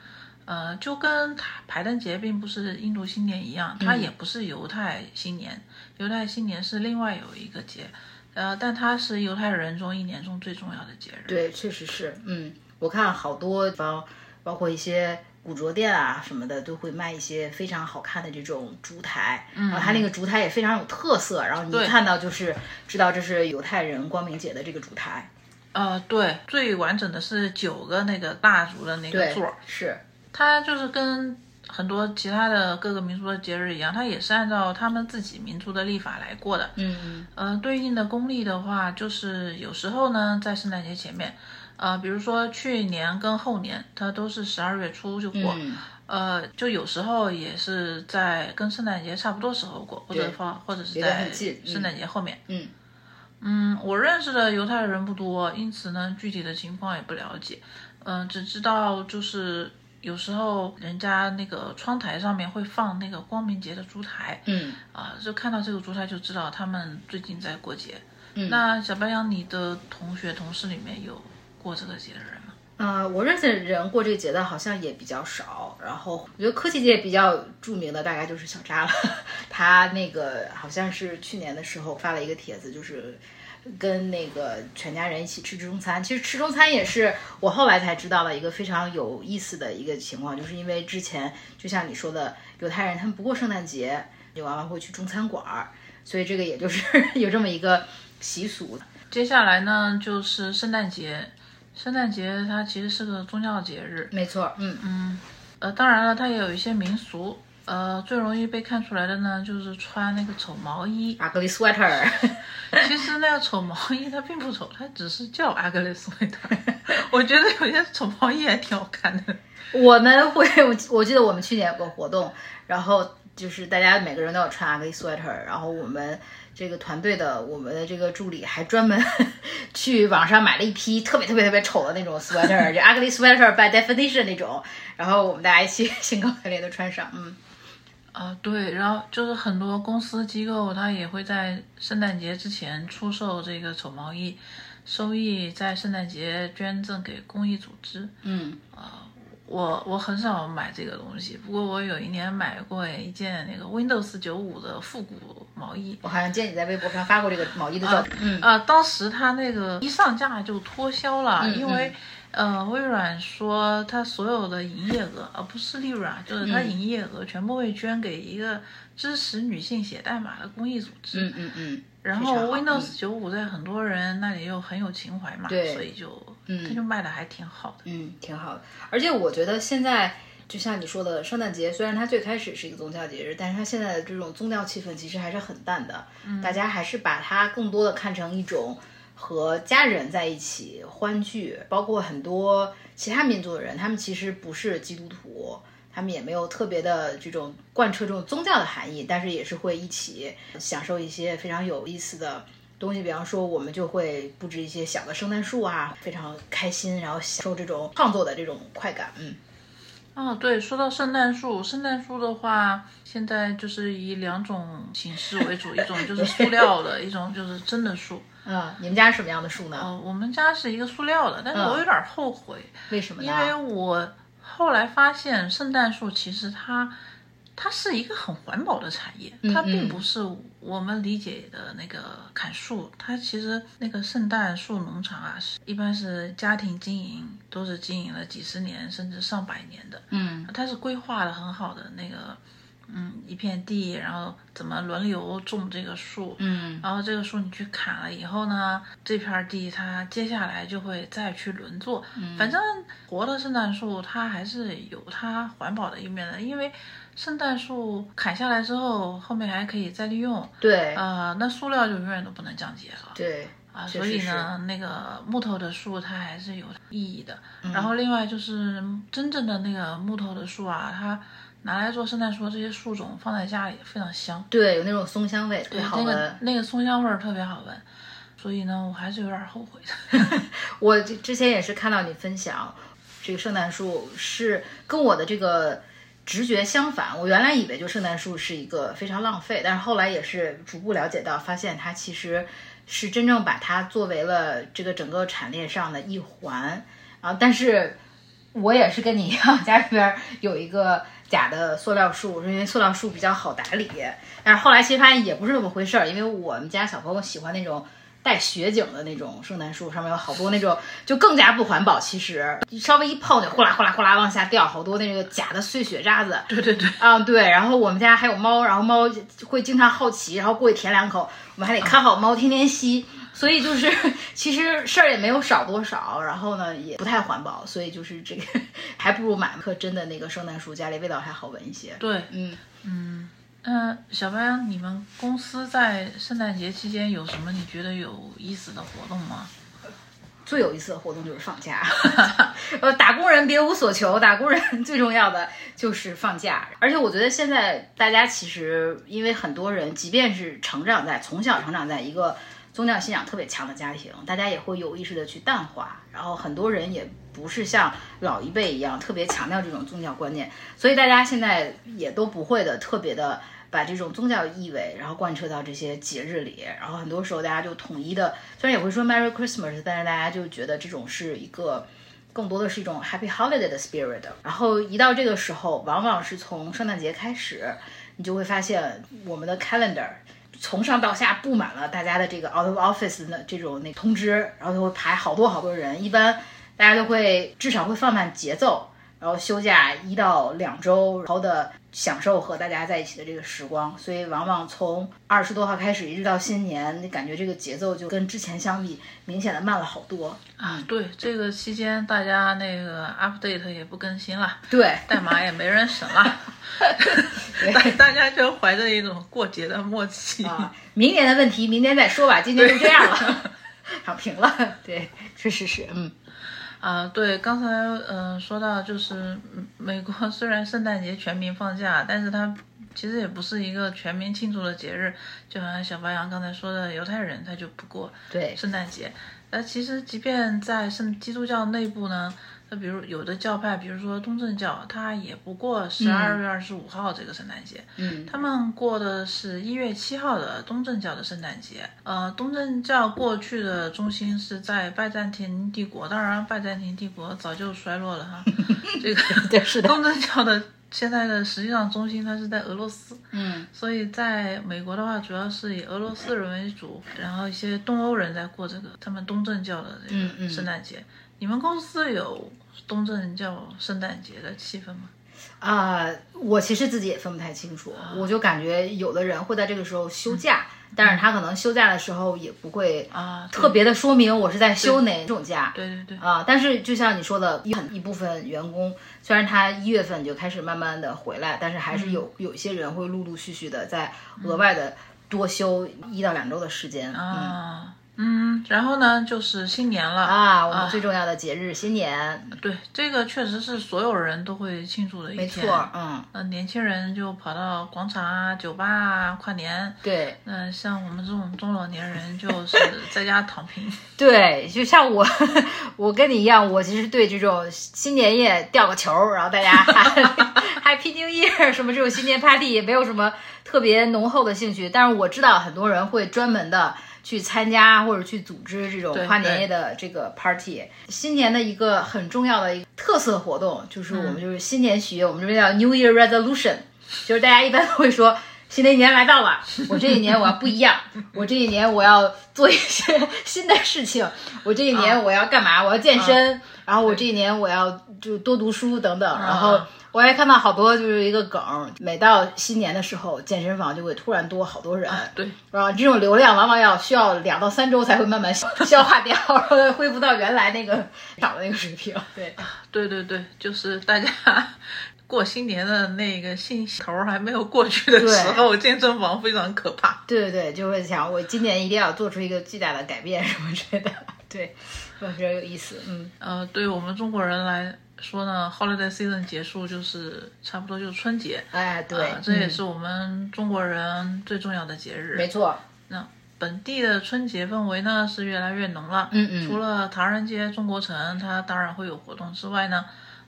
Speaker 1: 呃，就跟塔排灯节并不是印度新年一样，
Speaker 2: 嗯
Speaker 1: 它也不是犹太新年，犹太新年是另外有一个节。呃，但它是犹太人中一年中最重要的节日。
Speaker 2: 对，确实是。嗯，我看好多地方，包括一些古着店啊什么的，都会卖一些非常好看的这种烛台。嗯，然后它那个烛台也非常有特色，然后你一看到就是知道这是犹太人光明节的这个烛台。
Speaker 1: 呃，对，最完整的是九个那个蜡烛的那个
Speaker 2: 对
Speaker 1: 座儿，，
Speaker 2: 是。
Speaker 1: 它就是跟很多其他的各个民族的节日一样，它也是按照他们自己民族的历法来过的。
Speaker 2: 嗯嗯
Speaker 1: 呃，对应的公历的话，就是有时候呢在圣诞节前面，呃，比如说去年跟后年，它都是十二月初就过。
Speaker 2: 嗯。
Speaker 1: 呃，就有时候也是在跟圣诞节差不多时候过，或者
Speaker 2: 对
Speaker 1: 放，或者是
Speaker 2: 离得
Speaker 1: 在
Speaker 2: 很近嗯
Speaker 1: 圣诞节后面。
Speaker 2: 嗯
Speaker 1: 嗯，我认识的犹太人不多，因此呢，具体的情况也不了解。嗯，只知道就是有时候人家那个窗台上面会放那个光明节的烛台
Speaker 2: 嗯
Speaker 1: 啊、就看到这个烛台就知道他们最近在过节。
Speaker 2: 嗯
Speaker 1: 那小白羊，你的同学同事里面有过这个节日吗？
Speaker 2: 呃，我认识的人过这个节的好像也比较少。然后我觉得科技界比较著名的大概就是小扎了， 他那个好像是去年的时候发了一个帖子，就是跟那个全家人一起吃中餐。其实吃中餐也是我后来才知道的一个非常有意思的一个情况，就是因为之前就像你说的，犹太人他们不过圣诞节，就往往会去中餐馆儿，所以这个也就是有这么一个习俗。
Speaker 1: 接下来呢，就是圣诞节。圣诞节它其实是个宗教节日，
Speaker 2: 没错，嗯嗯
Speaker 1: 呃，当然了，它也有一些民俗。呃，最容易被看出来的呢，就是穿那个丑毛衣。
Speaker 2: 啊阿格里 sweater。
Speaker 1: 其实那个丑毛衣它并不丑，它只是叫阿格雷斯维特。 我觉得有些丑毛衣还挺好看的。
Speaker 2: 我们会， 我我记得我们去年有个活动，然后就是大家每个人都要穿阿格里 sweater，然后我们这个团队的我们的这个助理还专门 去网上买了一批特别特别特别丑的那种 sweater，就阿格里 sweater by definition 那种，然后我们大家一起兴高采烈的穿上，嗯，
Speaker 1: 啊、对，然后就是很多公司机构，它也会在圣诞节之前出售这个丑毛衣，收益在圣诞节捐赠给公益组织。
Speaker 2: 嗯，
Speaker 1: 我我很少买这个东西，不过我有一年买过一件那个 Windows 九五的复古毛衣。
Speaker 2: 我好像见你在微博上发过这个毛衣的照片。嗯
Speaker 1: 呃，当时它那个一上架就脱销了，
Speaker 2: 嗯
Speaker 1: 因为呃，微软说它所有的营业额，呃，不是利润啊，就是
Speaker 2: 嗯
Speaker 1: 它营业额全部会捐给一个支持女性写代码的公益组织。
Speaker 2: 嗯嗯嗯，
Speaker 1: 然
Speaker 2: 非常
Speaker 1: 后
Speaker 2: 好嗯
Speaker 1: Windows 九五在很多人那里又很有情怀嘛，
Speaker 2: 对
Speaker 1: 所以就它就卖的还挺好的。
Speaker 2: 嗯，挺好的。而且我觉得现在就像你说的，圣诞节虽然它最开始是一个宗教节日，但是它现在的这种宗教气氛其实还是很淡的，大家还是把它更多的看成一种和家人在一起欢聚，包括很多其他民族的人，他们其实不是基督徒。他们也没有特别的这种贯彻这种宗教的含义，但是也是会一起享受一些非常有意思的东西，比方说我们就会布置一些小的圣诞树啊，非常开心，然后享受这种创作的这种快感。嗯
Speaker 1: 啊，对，说到圣诞树，圣诞树的话，现在就是以两种形式为主，一种就是塑料的，一种就是真的树。
Speaker 2: 啊，你们家是什么样的树呢？
Speaker 1: 呃，我们家是一个塑料的，但是我有点后悔，
Speaker 2: 为什么
Speaker 1: 因为
Speaker 2: 呢？
Speaker 1: 我后来发现圣诞树其实它它是一个很环保的产业，它并不是我们理解的那个砍树，它其实那个圣诞树农场啊，是一般是家庭经营，都是经营了几十年甚至上百年的，
Speaker 2: 嗯
Speaker 1: 它是规划的很好的那个。嗯，一片地，然后怎么轮流种这个树，
Speaker 2: 嗯
Speaker 1: 然后这个树你去砍了以后呢，这片地它接下来就会再去轮作。
Speaker 2: 嗯
Speaker 1: 反正活的圣诞树它还是有它环保的一面的，因为圣诞树砍下来之后，后面还可以再利用。
Speaker 2: 对
Speaker 1: 呃，那塑料就永远都不能降解了。
Speaker 2: 啊对
Speaker 1: 啊，
Speaker 2: 确
Speaker 1: 所
Speaker 2: 实
Speaker 1: 以
Speaker 2: 是
Speaker 1: 呢，那个木头的树它还是有意义的。
Speaker 2: 嗯
Speaker 1: 然后另外就是真正的那个木头的树啊，它拿来做圣诞树，这些树种放在家里非常香。
Speaker 2: 对，有那种松香味，特别
Speaker 1: 对，
Speaker 2: 好
Speaker 1: 那个
Speaker 2: 闻。
Speaker 1: 那个松香味儿特别好闻，所以呢，我还是有点后悔的。
Speaker 2: 我之之前也是看到你分享这个圣诞树是跟我的这个直觉相反，我原来以为就圣诞树是一个非常浪费，但是后来也是逐步了解到，发现它其实是真正把它作为了这个整个产业上的一环啊，但是。我也是跟你一样， 家里边儿有一个假的塑料树，是因为塑料树比较好打理。但是后来其实发现也不是那么回事儿，因为我们家小朋友喜欢那种带雪景的那种圣诞树，上面有好多那种就更加不环保。其实稍微一碰就呼啦呼啦呼啦往下掉，好多那个假的碎雪渣子。
Speaker 1: 对对对，
Speaker 2: 啊、对，然后我们家还有猫，然后猫会经常好奇，然后过去舔两口，我们还得看好猫，天天吸。所以就是，其实事儿也没有少多少，然后呢也不太环保，所以就是这个， 还不如买棵真的那个圣诞树，家里味道还好闻一些。
Speaker 1: 对，
Speaker 2: 嗯，
Speaker 1: 嗯、小白，你们公司在圣诞节期间有什么你觉得有意思的活动吗？
Speaker 2: 最有意思的活动就是放假。 呃，打工人别无所求，打工人最重要的就是放假。而且我觉得现在大家其实，因为很多人，即便是成长在从小成长在一个宗教信仰特别强的家庭，大家也会有意识的去淡化。然后很多人也不是像老一辈一样特别强调这种宗教观念，所以大家现在也都不会的特别的。把这种宗教意味，然后贯彻到这些节日里，然后很多时候大家就统一的，虽然也会说 Merry Christmas，但是大家就觉得这种是一个更多的是一种 Happy Holiday 的 spirit。然后一到这个时候，往往是从圣诞节开始，你就会发现我们的 calendar 从上到下布满了大家的这个 out of office 的这种那通知，然后就会排好多好多人。一般大家就会至少会放慢节奏，然后休假一到两周，然后的享受和大家在一起的这个时光。所以往往从二十多号开始，一直到新年，你感觉这个节奏就跟之前相比明显的慢了好多。
Speaker 1: 啊，对，这个期间大家那个 update 也不更新了，
Speaker 2: 对，
Speaker 1: 代码也没人审 了，大大家就怀着一种过节的默契。
Speaker 2: 啊，明年的问题明年再说吧，今年就这样了，躺平了。对，是是是，嗯
Speaker 1: 啊，对，刚才嗯、呃说到就是嗯美国虽然圣诞节全民放假，但是它其实也不是一个全民庆祝的节日，就好像小白羊刚才说的，犹太人他就不过
Speaker 2: 对，
Speaker 1: 圣诞节。那其实即便在圣基督教内部呢，那比如有的教派，比如说东正教，它也不过十二月二十五号这个圣诞节，
Speaker 2: 嗯
Speaker 1: 他们过的是一月七号的东正教的圣诞节。呃，东正教过去的中心是在拜占庭 帝国，当然拜占庭帝国早就衰落了哈。这个
Speaker 2: 对是的
Speaker 1: 东正教的现在的实际上中心它是在俄罗斯，
Speaker 2: 嗯，
Speaker 1: 所以在美国的话，主要是以俄罗斯人为主，然后一些东欧人在过这个他们东正教的这
Speaker 2: 嗯嗯
Speaker 1: 个圣诞节。你们公司有东正教圣诞节的气氛吗？
Speaker 2: 啊、我其实自己也分不太清楚，
Speaker 1: 啊
Speaker 2: 我就感觉有的人会在这个时候休假，但是他可能休假的时候也不会
Speaker 1: 嗯啊，
Speaker 2: 特别的说明我是在休哪种假。
Speaker 1: 对对对，
Speaker 2: 啊、但是就像你说的，有很一部分员工虽然他一月份就开始慢慢的回来，但是还
Speaker 1: 嗯
Speaker 2: 是有、有一些人会陆陆续续的在额外的多休一到两周的时间。嗯
Speaker 1: 啊，嗯，然后呢，就是新年了
Speaker 2: 啊，我们最重要的节日新年，
Speaker 1: 对，这个确实是所有人都会庆祝的一
Speaker 2: 没
Speaker 1: 天。
Speaker 2: 错儿，嗯，
Speaker 1: 呃，年轻人就跑到广场啊、酒吧啊跨年。
Speaker 2: 对。
Speaker 1: 嗯、像我们这种中老年人， 就是在家躺平。
Speaker 2: 对，就像我， 我跟你一样，我其实对这种新年夜掉个球儿，然后大家 Happy New Year 什么这种新年 party 也没有什么特别浓厚的兴趣。但是我知道很多人会专门的去参加或者去组织这种
Speaker 1: 对
Speaker 2: 跨年夜的这个 party。新年的一个很重要的一个特色活动就是我
Speaker 1: 嗯
Speaker 2: 们就是新年许愿，我们这边叫 New Year Resolution，就是大家一般都会说。新的一年来到了，我这一年我要不一样，我这一年我要做一些 新的事情，我这一年我要干嘛？我要健身，然后我这一年我要就多读书等等。然后我还看到好多就是一个梗，每到新年的时候，健身房就会突然多好多人，
Speaker 1: 对，
Speaker 2: 然后这种流量往往要需要两到三周才会慢慢消消化掉，然后恢复到原来那个少的那个水平。对，
Speaker 1: 啊对对对，就是大家 过新年的那个兴头儿还没有过去的时候，健身房非常可怕。
Speaker 2: 对对对，就会想我今年一定要做出一个巨大的改变什么之类的。 对，我觉得有意思，嗯。
Speaker 1: 呃，对于我们中国人来说呢，holiday season 结束就是差不多就是春节。
Speaker 2: 哎，对，
Speaker 1: 呃这也
Speaker 2: 嗯
Speaker 1: 是我们中国人最重要的节日。
Speaker 2: 没错，
Speaker 1: 那本地的春节氛围呢是越来越浓了。
Speaker 2: 嗯嗯
Speaker 1: 除了唐人街、中国城，它当然会有活动之外呢，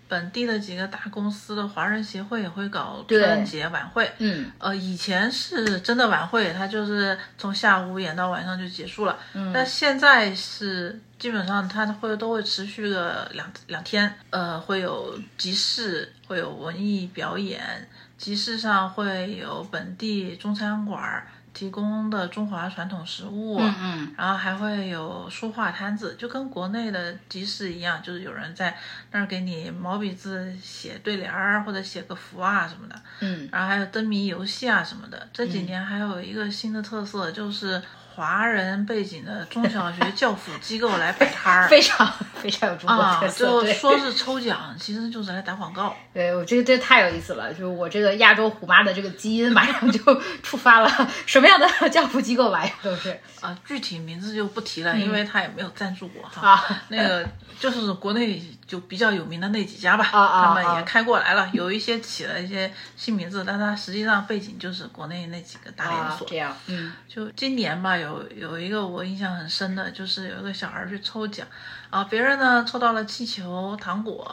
Speaker 1: 本地的几个大公司的华人协会也会搞
Speaker 2: 对
Speaker 1: 春节晚会。
Speaker 2: 嗯
Speaker 1: 呃，以前是真的晚会，它就是从下午演到晚上就结束了。嗯，但现在是基本上它会都会持续个两两天，呃，会有集市，会有文艺表演，集市上会有本地中餐馆儿提供的中华传统食物。啊
Speaker 2: 嗯，
Speaker 1: 然后还会有书画摊子，就跟国内的集市一样，就是有人在那儿给你毛笔字写对联儿或者写个符啊什么的。
Speaker 2: 嗯
Speaker 1: 然后还有灯谜游戏啊什么的。这几年还有一个新的特色，就是华人背景的中小 学教辅机构来摆摊儿
Speaker 2: 非常非常有中国
Speaker 1: 啊，
Speaker 2: 特色，
Speaker 1: 就
Speaker 2: 对
Speaker 1: 说是抽奖，其实就是来打广告。
Speaker 2: 对我这个这太有意思了，就是我这个亚洲虎妈的这个基因马上就触发了， 什么样的教辅机构来都是
Speaker 1: 啊，具体名字就不提了，因为他也没有赞助我哈。
Speaker 2: 嗯啊
Speaker 1: 那 个就是国内就比较有名的那几家吧，
Speaker 2: 啊啊
Speaker 1: 他们
Speaker 2: 啊
Speaker 1: 也开过来了，有一些起了一些新名字，但它实际上背景就是国内那几个大连
Speaker 2: 啊
Speaker 1: 锁。
Speaker 2: 这样，嗯
Speaker 1: 就今年吧，有有一个我印象很深的，就是有一个小孩去抽奖，啊，别人呢抽到了气球、糖果，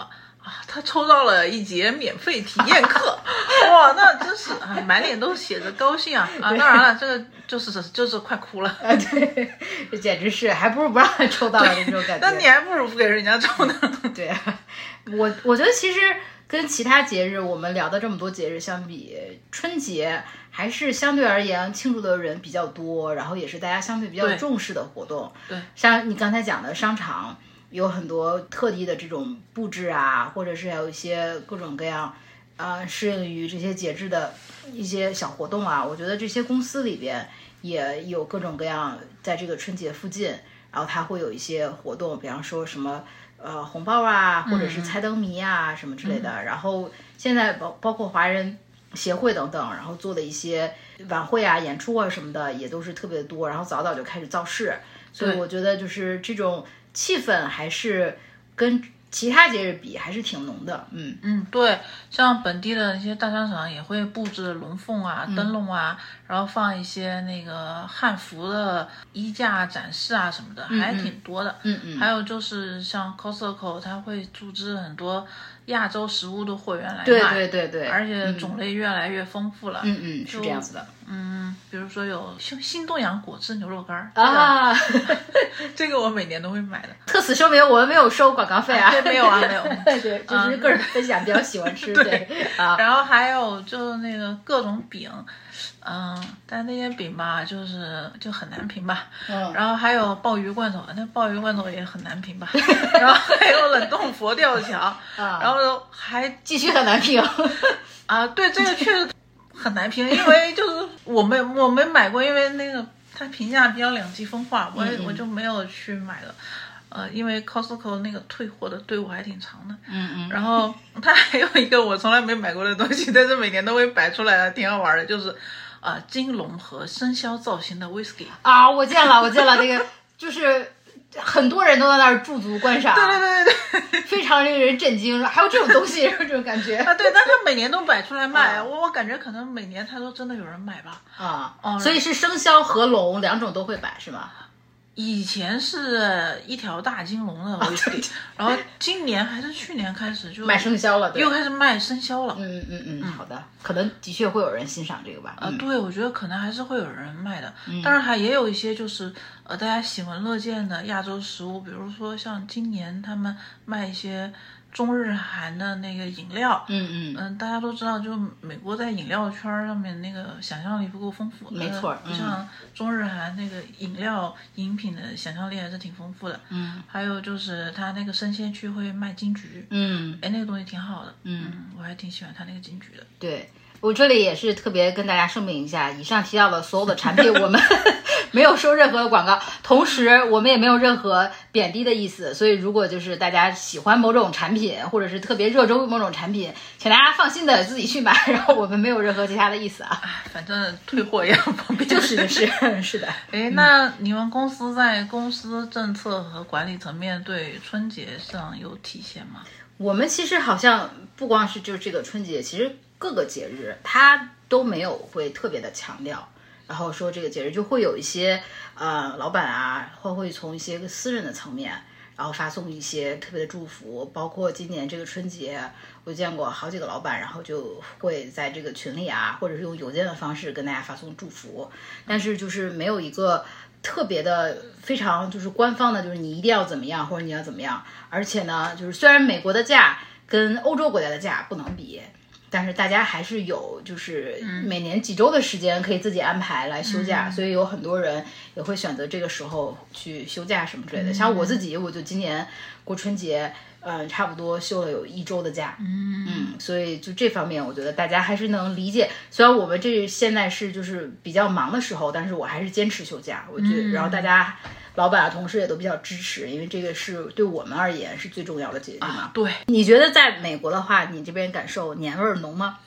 Speaker 1: 啊，他抽到了一节免费体验课，哇，那真是啊，满脸都写着高兴啊啊！当然了，这个就是就是快哭了，
Speaker 2: 啊对，这简直是还不如不让他抽到了这种感
Speaker 1: 那你
Speaker 2: 觉，
Speaker 1: 还不如不给人家抽呢。
Speaker 2: 对，啊我我觉得其实。跟其他节日，我们聊的这么多节日相比，春节还是相对而言庆祝的人比较多，然后也是大家相对比较
Speaker 1: 对
Speaker 2: 重视的活动。
Speaker 1: 对，
Speaker 2: 像你刚才讲的商场有很多特地的这种布置啊，或者是还有一些各种各样，呃，适应于这些节制的一些小活动啊。我觉得这些公司里边也有各种各样，在这个春节附近，然后它会有一些活动，比方说什么。呃，红包啊，或者是猜灯谜啊，什么之类的。然后现在包包括华人协会等等，然后做的一些晚会啊、演出啊什么的，也都是特别多。然后早早就开始造势，所以
Speaker 1: 对
Speaker 2: 我觉得就是这种气氛还是跟其他节日比还是挺浓的。嗯，
Speaker 1: 嗯，对，像本地的一些大商场也会布置龙凤啊、灯笼啊，然后放一些那个汉服的衣架展示啊什么的，还挺多的。
Speaker 2: 嗯嗯，
Speaker 1: 还有就是像 Costco，它会组织很多亚洲食物的货源来卖，
Speaker 2: 对对对对，
Speaker 1: 而且种类越来越丰富了。
Speaker 2: 嗯嗯是这样子的
Speaker 1: 嗯，比如说有新新东阳果汁牛肉干儿，
Speaker 2: 啊，
Speaker 1: 这个这个我每年都会买的。
Speaker 2: 特此声明，我们没有收广告费啊，
Speaker 1: 对，没有啊，没有。
Speaker 2: 对，只是个人分享，比较喜欢吃， 对啊，
Speaker 1: 然后还有就那个各种饼，嗯，但那些饼吧，就是就很难评吧。
Speaker 2: 嗯
Speaker 1: 然后还有鲍鱼罐头，那鲍鱼罐头也很难 评吧。然后还有冷冻佛跳
Speaker 2: 啊
Speaker 1: 墙，然后还
Speaker 2: 继续很难评，
Speaker 1: 啊，对，这个确实很难评，因为就是我没 我没买过，因为那个它评价比较两极分化，我
Speaker 2: 嗯
Speaker 1: 也我就没有去买了。呃，因为 Costco 那个退货的队伍还挺长的，
Speaker 2: 嗯嗯，
Speaker 1: 然后它还有一个我从来没买过的东西，但是每年都会摆出来，挺好玩的，就是啊、呃金龙和生肖造型的 whisky。
Speaker 2: 啊，我见了，我见了，那个就是很多人都在那儿驻足观赏，
Speaker 1: 对对对对对，
Speaker 2: 非常令人震惊，还有这种东西， 这种感觉
Speaker 1: 啊对，但它每年都摆出来卖，
Speaker 2: 啊
Speaker 1: 我我感觉可能每年它都真的有人买吧。
Speaker 2: 啊
Speaker 1: 哦，
Speaker 2: 所以是生肖和龙两种都会摆是吗？
Speaker 1: 以前是一条大金龙的 whisky，、然后今年还是去年开始就
Speaker 2: 卖生肖了，对
Speaker 1: 又。开始卖生肖了。
Speaker 2: 嗯嗯嗯，好的，可能的确会有人欣赏这个吧。
Speaker 1: 啊，
Speaker 2: 嗯
Speaker 1: 对，我觉得可能还是会有人卖的，当然还也有一些就是呃大家喜闻乐见的亚洲食物，比如说像今年他们卖一些中日韩的那个饮料，
Speaker 2: 嗯嗯，
Speaker 1: 嗯，大家都知道，就美国在饮料圈儿上面那个想象力不够丰富，呃
Speaker 2: 没错儿嗯
Speaker 1: 不像中日韩那个饮料饮品的想象力还是挺丰富的。
Speaker 2: 嗯，
Speaker 1: 还有就是它那个生鲜区会卖金桔，
Speaker 2: 嗯
Speaker 1: 哎，那个东西挺好的，
Speaker 2: 嗯
Speaker 1: 嗯，我还挺喜欢它那个金桔的。
Speaker 2: 对。我这里也是特别跟大家声明一下，以上提到的所有的产品，我们 没有收任何的广告，同时我们也没有任何贬低的意思。所以，如果就是大家喜欢某种产品，或者是特别热衷于某种产品，请大家放心的自己去买，然后我们没有任何其他的意思啊。
Speaker 1: 哎，反正退货也很方便。
Speaker 2: 就是就。是是的，
Speaker 1: 哎，那你们公司在公司政策和管理层面对春节上有体现吗？
Speaker 2: 我们其实好像不光是就这个春节，其实各个节日它都没有会特别的强调，然后说这个节日就会有一些呃老板啊，会会从一些私人的层面，然后发送一些特别的祝福，包括今年这个春节，我见过好几个老板，然后就会在这个群里啊，或者是用邮件的方式跟大家发送祝福，但是就是没有一个特别的非常就是官方的，就是你一定要怎么样或者你要怎么样。而且呢，就是虽然美国的假跟欧洲国家的假不能比，但是大家还是有就是每年几周的时间可以自己安排来休假，所以有很多人也会选择这个时候去休假什么之类的。像我自己，我就今年过春节，嗯、差不多休了有一周的假，嗯所以就这方面，我觉得大家还是能理解。虽然我们这现在是就是比较忙的时候，但是我还是坚持休假，我觉得，然后大家。老板啊，同事也都比较支持，因为这个是对我们而言是最重要的节日嘛。
Speaker 1: 对，
Speaker 2: 你觉得在美国的话，你这边感受年味儿浓吗？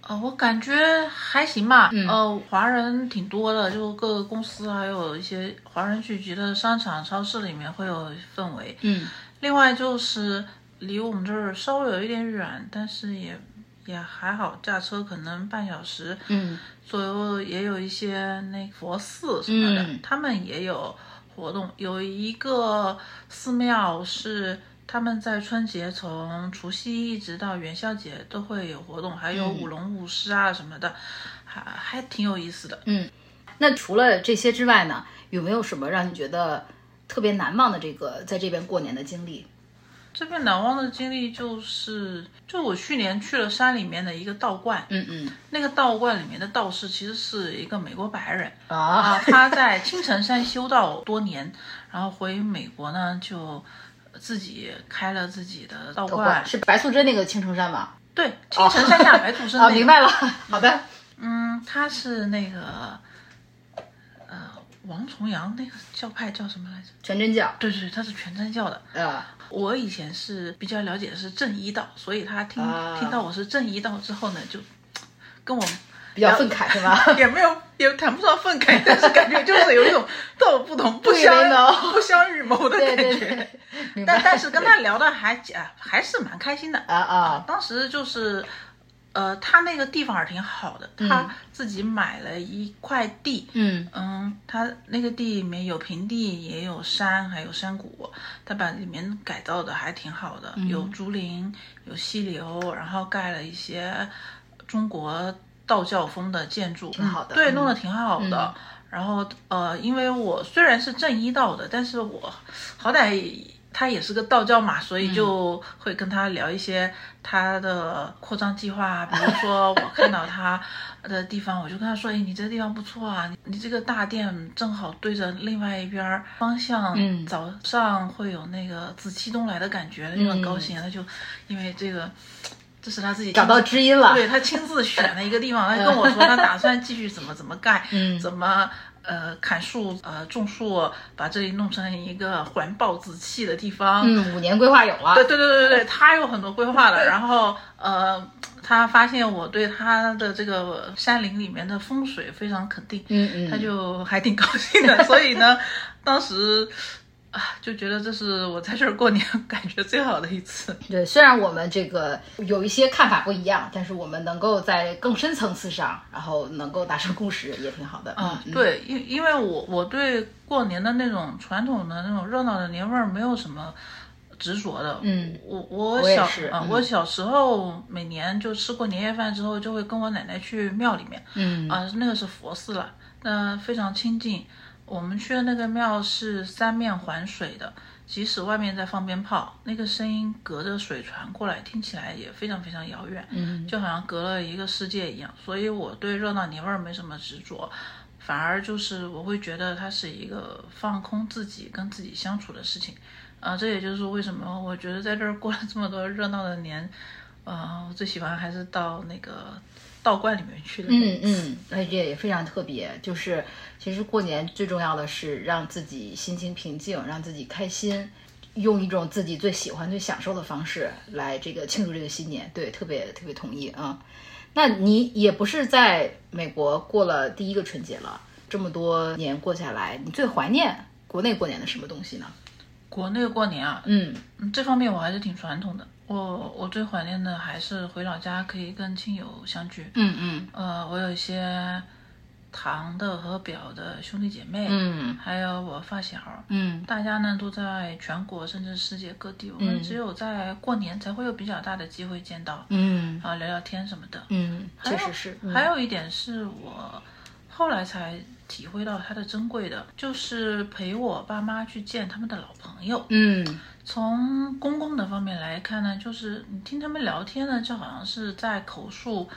Speaker 1: 呃，我感觉还行吧。呃，华人挺多的，就各个公司还有一些华人聚集的商场、超市里面会有氛围。
Speaker 2: 嗯，
Speaker 1: 另外就是离我们这儿稍微有一点远，但是也也还好，驾车可能半小时。
Speaker 2: 嗯，
Speaker 1: 左右也有一些那佛寺什么的，
Speaker 2: 嗯
Speaker 1: 他们也有活动。有一个寺庙是他们在春节从除夕一直到元宵节都会有活动，还有舞龙舞狮啊什么的，还还挺有意思的。
Speaker 2: 那除了这些之外呢，有没有什么让你觉得特别难忘的这个在这边过年的经历？
Speaker 1: 这边难忘的经历就是，就我去年去了山里面的一个道观，
Speaker 2: 嗯嗯
Speaker 1: 那个道观里面的道士其实是一个美国白人，啊
Speaker 2: 啊，
Speaker 1: 他在青城山修道多年，然后回美国呢，就自己开了自己的道
Speaker 2: 不
Speaker 1: 观。
Speaker 2: 是白素贞那个青城山吧？
Speaker 1: 对，青城山下白土生
Speaker 2: 啊，
Speaker 1: 那
Speaker 2: 明
Speaker 1: 个，
Speaker 2: 白了。好的，
Speaker 1: 嗯，他是那个，呃，王重阳那个教派叫什么来着？
Speaker 2: 全真教，
Speaker 1: 对对，他是全真教的。
Speaker 2: 啊，
Speaker 1: 我以前是比较了解的是正一道，所以他听、
Speaker 2: 啊
Speaker 1: 听到我是正一道之后呢，就跟我
Speaker 2: 比较愤慨是吧？
Speaker 1: 也没有，也谈不上愤慨，但是感觉就是有一种道不同不
Speaker 2: 以为
Speaker 1: 相
Speaker 2: 谋
Speaker 1: 不相预 谋的
Speaker 2: 对
Speaker 1: 感
Speaker 2: 对
Speaker 1: 觉
Speaker 2: 对。，明白
Speaker 1: 哎但但是跟他聊的还啊还是蛮开心的。
Speaker 2: 啊啊，
Speaker 1: 当时就是，呃，他那个地方儿挺好的，他自己买了一块地，
Speaker 2: 嗯
Speaker 1: 嗯，他那个地里面有平地，也有山，还有山谷，他把里面改造的还挺好的，
Speaker 2: 嗯
Speaker 1: 有竹林，有溪流，然后盖了一些中国道教风的建筑，挺
Speaker 2: 好的
Speaker 1: 对，
Speaker 2: 嗯
Speaker 1: 弄得挺好的。然后呃，因为我虽然是正一道的，但是我好歹他也是个道教嘛，
Speaker 2: 嗯
Speaker 1: 所以就会跟他聊一些他的扩张计划啊，比如说我看到他的地方，我就跟他说，哎，你这个地方不错啊，你你这个大殿正好对着另外一边儿方向，
Speaker 2: 嗯
Speaker 1: 早上会有那个紫气东来的感觉，他就很高兴，他就因为这个。这是他自己
Speaker 2: 嗯找到知音了。
Speaker 1: 对他亲自选了一个地方，他跟我 说他打算继续怎么怎么盖，
Speaker 2: 嗯
Speaker 1: 怎么呃砍树呃种树，把这里弄成一个环抱紫气的地方。啊
Speaker 2: 嗯，五年规划有了。
Speaker 1: 对对对对对，他有很多规划 的。然后呃，他发现我对他的这个山林里面的风水非常肯定，
Speaker 2: 嗯嗯，
Speaker 1: 他就还挺高兴 的。所以呢，当时。啊，就觉得这是我在这儿过年感觉最好的一次。
Speaker 2: 对，虽然我们这个有一些看法不一样，但是我们能够在更深层次上，然后能够达成共识，也挺好的。
Speaker 1: 啊，
Speaker 2: 嗯，
Speaker 1: 对，因因为我我对过年的那种传统的那种热闹的年味儿没有什么执着的。
Speaker 2: 嗯，
Speaker 1: 我我
Speaker 2: 我也
Speaker 1: 小
Speaker 2: 是
Speaker 1: 啊
Speaker 2: 嗯
Speaker 1: 我小时候每年就吃过年夜饭之后，就会跟我奶奶去庙里面。
Speaker 2: 嗯
Speaker 1: 啊，那个是佛寺了，那非常亲近。我们去的那个庙是三面环水的，即使外面在放鞭炮，那个声音隔着水传过来，听起来也非常非常遥远，
Speaker 2: 嗯
Speaker 1: 就好像隔了一个世界一样。所以我对热闹年味儿没什么执着，反而就是我会觉得它是一个放空自己、跟自己相处的事情。啊、这也就是为什么我觉得在这儿过了这么多热闹的年，啊、我最喜欢还是到那个道观里面去的那一
Speaker 2: 嗯嗯，而且也非常特别，就是其实过年最重要的是让自己心情平静，让自己开心，用一种自己最喜欢、最享受的方式来这个庆祝这个新年。对，特别特别同意啊。那你也不是在美国过了第一个春节了，这么多年过下来，你最怀念国内过年的什么东西呢？
Speaker 1: 国内过年啊，
Speaker 2: 嗯
Speaker 1: 嗯这方面我还是挺传统的。我我最怀念的还是回老家可以跟亲友相聚。
Speaker 2: 嗯
Speaker 1: 呃，我有一些堂的和表的兄弟姐妹，
Speaker 2: 嗯
Speaker 1: 还有我发小，
Speaker 2: 嗯
Speaker 1: 大家呢都在全国甚至世界各地，我们只有在过年才会有比较大的机会见到，
Speaker 2: 嗯
Speaker 1: 啊，聊聊天什么的。
Speaker 2: 嗯，确实是。嗯
Speaker 1: 还有一点是我后来才体会到它的珍贵的，就是陪我爸妈去见他们的老朋友。
Speaker 2: 嗯
Speaker 1: 从公共的方面来看呢，就是你听他们聊天呢，就好像是在口述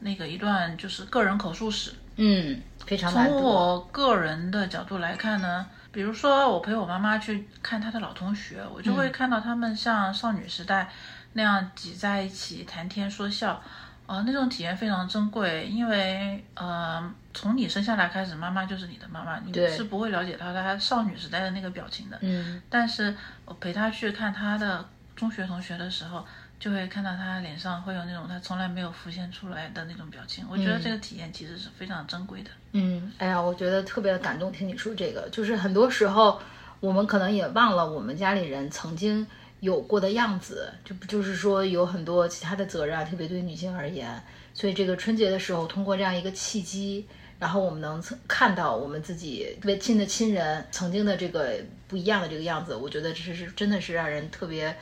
Speaker 1: 那个一段就是个人口述史。
Speaker 2: 嗯，非常难
Speaker 1: 从
Speaker 2: 得。
Speaker 1: 我个人的角度来看呢，比如说我陪我妈妈去看她的老同学，我就
Speaker 2: 嗯
Speaker 1: 会看到他们像少女时代那样挤在一起谈天说笑。呃，那种体验非常珍贵，因为呃，从你生下来开始，妈妈就是你的妈妈，你
Speaker 2: 对
Speaker 1: 是不会了解到她少女时代的那个表情的。
Speaker 2: 嗯
Speaker 1: 但是我陪他去看他的中学同学的时候，就会看到他脸上会有那种他从来没有浮现出来的那种表情。我觉得这个体验其实是非常珍贵的。
Speaker 2: 嗯，哎呀，我觉得特别感动，听你说这个，就是很多时候我们可能也忘了我们家里人曾经有过的样子，就不就是说有很多其他的责任啊，特别对于女性而言，所以这个春节的时候，通过这样一个契机。然后我们能看到我们自己特别亲的亲人曾经的这个不一样的这个样子，我觉得这是真的是让人特别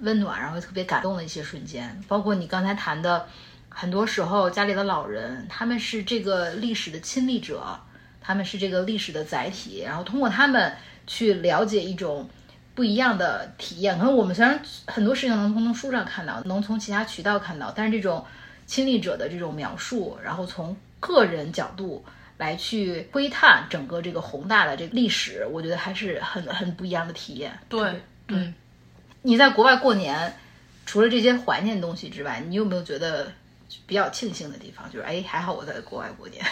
Speaker 2: 温暖，然后特别感动的一些瞬间。包括你刚才谈的，很多时候家里的老人他们是这个历史的亲历者，他们是这个历史的载体，然后通过他们去了解一种不一样的体验。可能我们虽然很多事情能从书上看到，能从其他渠道看到，但是这种亲历者的这种描述，然后从个人角度。来去窥探整个这个宏大的这个历史，我觉得还是很很不一样的体验。
Speaker 1: 对，
Speaker 2: 嗯，你在国外过年，除了这些怀念的东西之外，你有没有觉得比较庆幸的地方？就是哎，还好我在国外过年。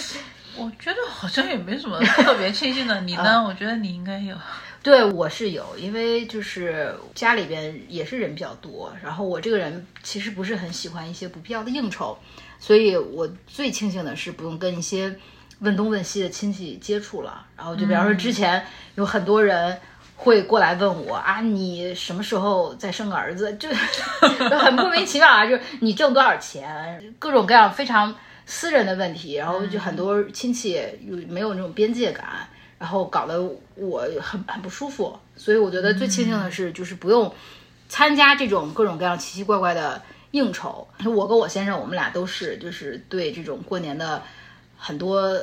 Speaker 1: 我觉得好像也没什么特别庆幸的。你
Speaker 2: 啊
Speaker 1: 呢？我觉得你应该有。
Speaker 2: 对，我是有，因为就是家里边也是人比较多，然后我这个人其实不是很喜欢一些不必要的应酬，所以我最庆幸的是不用跟一些问东问西的亲戚接触了。然后就比方说之前有很多人会过来问我啊，你什么时候再生个儿子？ 就就很莫名其妙啊，就是你挣多少钱，各种各样非常私人的问题，然后就很多亲戚有没有那种边界感，然后搞得我很很不舒服。所以我觉得最庆幸的是，就是不用参加这种各种各样奇奇怪怪的应酬。我跟我先生，我们俩都是就是对这种过年的很多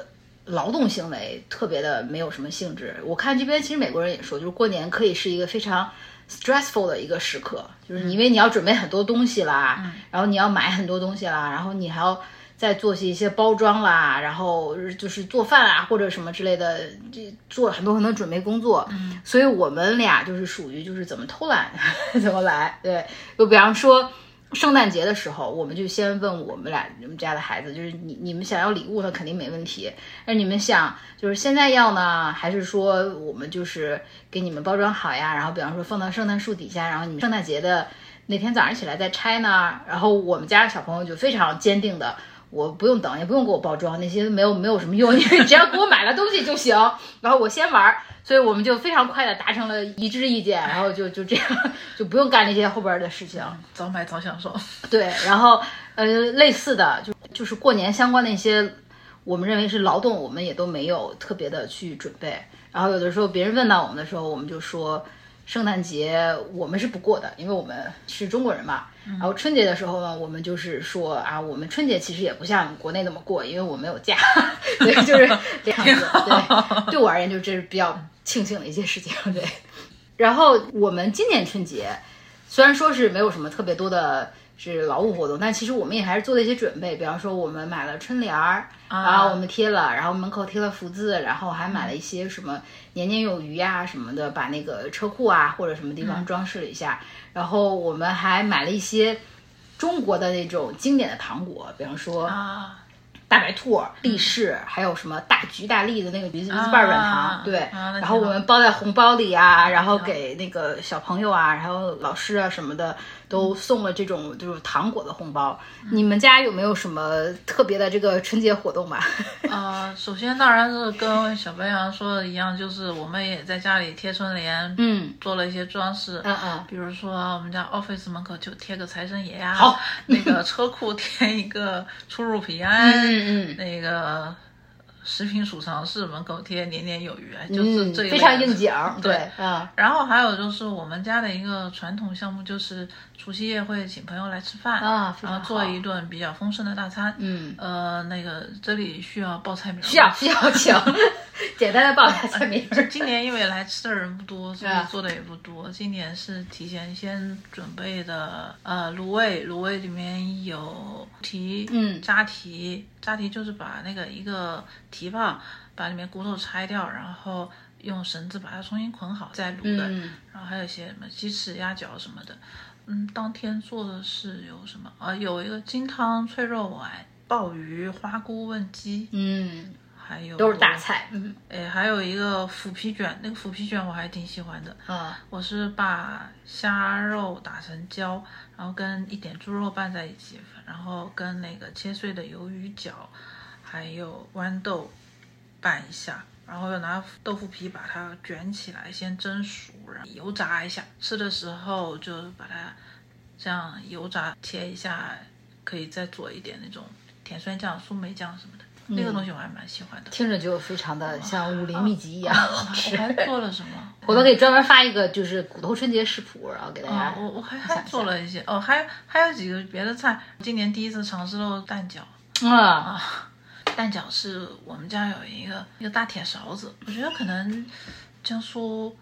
Speaker 2: 劳动行为特别的没有什么兴致。我看这边其实美国人也说，就是过年可以是一个非常 stressful 的一个时刻，就是因为你要准备很多东西啦，然后你要买很多东西啦，然后你还要。再做些一些包装啦，然后就是做饭啊或者什么之类的，这做很多很多准备工作。嗯，所以我们俩就是属于就是怎么偷懒 怎么来。对，就比方说圣诞节的时候，我们就先问我们俩我们家的孩子，就是你你们想要礼物呢，肯定没问题。那你们想就是现在要呢，还是说我们就是给你们包装好呀？然后比方说放到圣诞树底下，然后你们圣诞节的哪天早上起来再拆呢？然后我们家小朋友就非常坚定的。我不用等，也不用给我包装，那些没有没有什么用，因为只要给我买了东西就行。然后我先玩儿，所以我们就非常快的达成了一致意见，然后就就这样，就不用干那些后边儿的事情。
Speaker 1: 早买早享受。
Speaker 2: 对，然后呃，类似的就就是过年相关的一些，我们认为是劳动，我们也都没有特别的去准备。然后有的时候别人问到我们的时候，我们就说，圣诞节我们是不过的，因为我们是中国人嘛。然后春节的时候呢，我们就是说啊，我们春节其实也不像国内那么过，因为我没有假， 对，就是这样子。对，对我而言，就这是比较庆幸的一些事情。对，然后我们今年春节。虽然说是没有什么特别多的是劳务活动，但其实我们也还是做了一些准备，比方说我们买了春联儿，然后我们贴了，然后门口贴了福字，然后还买了一些什么年年有余呀、什么的，把那个车库啊或者什么地
Speaker 1: 嗯
Speaker 2: 方装饰了一下，然后我们还买了一些中国的那种经典的糖果，比方说
Speaker 1: 啊，嗯
Speaker 2: 大白兔、力士，还有什么大橘大利的那个橘子
Speaker 1: 啊
Speaker 2: 橘子瓣软糖，对。
Speaker 1: 啊那挺
Speaker 2: 然后我
Speaker 1: 好
Speaker 2: 们包在红包里啊，然后给那个小朋友啊，然后老师啊什么的都送了
Speaker 1: 嗯
Speaker 2: 这种就是糖果的红包。你们家有没有什么特别的这个春节活动吧？
Speaker 1: 呃，首先当然是跟小白羊说的一样，就是我们也在家里贴春联，
Speaker 2: 嗯，
Speaker 1: 做了一些装饰，
Speaker 2: 嗯嗯
Speaker 1: 比如说我们家 office 门口就贴个财神爷呀、
Speaker 2: 好
Speaker 1: 那个车库贴一个出入平安，
Speaker 2: 嗯嗯
Speaker 1: 那个食品储藏室门口贴年年有余，就是这一类的
Speaker 2: 嗯非常应景儿，对
Speaker 1: 对，
Speaker 2: 啊，
Speaker 1: 然后还有就是我们家的一个传统项目，就是除夕夜会请朋友来吃饭
Speaker 2: 啊非常
Speaker 1: 然后做一顿比较丰盛的大餐。
Speaker 2: 嗯，
Speaker 1: 呃，那个这里需要报菜名，
Speaker 2: 需要需要请， 简单的报一下菜名 儿。
Speaker 1: 今年因为来吃的人不多， 所以
Speaker 2: 啊
Speaker 1: 做的也不多。今年是提前先准备的，呃，卤味，卤味里面有蹄，
Speaker 2: 嗯
Speaker 1: 扎蹄，扎蹄就是把那个一个蹄膀把里面骨头拆掉，然后用绳子把它重新捆好再卤的。
Speaker 2: 嗯
Speaker 1: 然后还有一些什么鸡翅、鸭脚什么的。嗯，当天做的是有什么？呃，有一个金汤脆肉丸、鲍鱼、花菇焖鸡，
Speaker 2: 嗯，
Speaker 1: 还有
Speaker 2: 都是大菜，嗯
Speaker 1: 哎，还有一个腐皮卷，那个腐皮卷我还挺喜欢的。
Speaker 2: 啊，
Speaker 1: 我是把虾肉打成胶，然后跟一点猪肉拌在一起，然后跟那个切碎的鱿鱼角，还有豌豆拌一下，然后又拿豆腐皮把它卷起来，先蒸熟，然后油炸一下。吃的时候就把它这样油炸切一下，可以再做一点那种甜酸酱、苏梅酱什么的，那个东西我还蛮喜欢的。
Speaker 2: 听着就非常的像武林秘籍一样好 吃
Speaker 1: 我。还做了什么？
Speaker 2: 回头可以专门发一个，就是骨头春节食谱，然后给大家
Speaker 1: 啊，。我我还还做了一些哦，还还有几个别的菜。今年第一次尝试了蛋饺，
Speaker 2: 啊，
Speaker 1: 蛋饺是我们家有一个一个大铁勺子，我觉得可能江苏、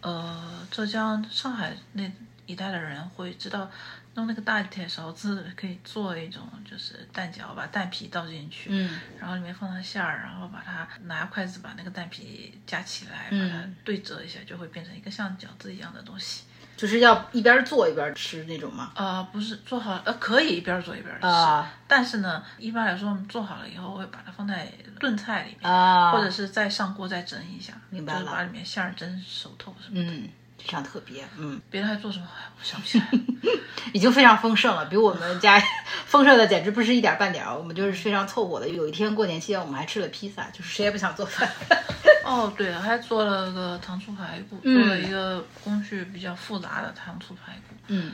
Speaker 1: 呃浙江、上海那一带的人会知道，弄那个大铁勺子可以做一种就是蛋饺，把蛋皮倒进去，
Speaker 2: 嗯，
Speaker 1: 然后里面放上馅儿，然后把它拿筷子把那个蛋皮夹起来，
Speaker 2: 嗯
Speaker 1: 把它对折一下，就会变成一个像饺子一样的东西。
Speaker 2: 就是要一边做一边吃那种嘛。
Speaker 1: 啊、不是做好呃，可以一边做一边吃，
Speaker 2: 啊
Speaker 1: 但是呢，一般来说我们做好了以后会把它放在炖菜里面，
Speaker 2: 啊，
Speaker 1: 或者是再上锅再蒸一下，
Speaker 2: 明白
Speaker 1: 就是
Speaker 2: 了
Speaker 1: 把里面馅儿蒸熟透什么的。
Speaker 2: 嗯，非常特别，嗯，
Speaker 1: 别人还做什么？哎我想不起来。
Speaker 2: 已经非常丰盛了，比我们家 丰盛的简直不是一点儿半点儿。我们就是非常凑合的。有一天过年期间，我们还吃了披萨，就是谁也不想做饭。
Speaker 1: 哦，对了，还做了个糖醋排骨，
Speaker 2: 嗯
Speaker 1: 做了一个工序比较复杂的糖醋排骨。
Speaker 2: 嗯，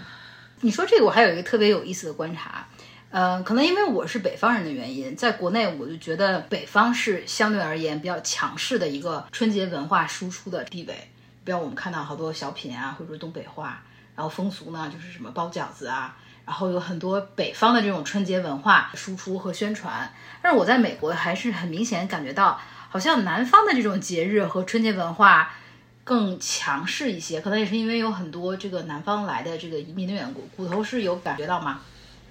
Speaker 2: 你说这个，我还有一个特别有意思的观察。呃，可能因为我是北方人的原因，在国内我就觉得北方是相对而言比较强势的一个春节文化输出的地位。比如我们看到好多小品啊，或者说东北话，然后风俗呢就是什么包饺子啊，然后有很多北方的这种春节文化输出和宣传。但是我在美国还是很明显感觉到，好像南方的这种节日和春节文化更强势一些，可能也是因为有很多这个南方来的这个移民的缘故。骨头是有感觉到吗？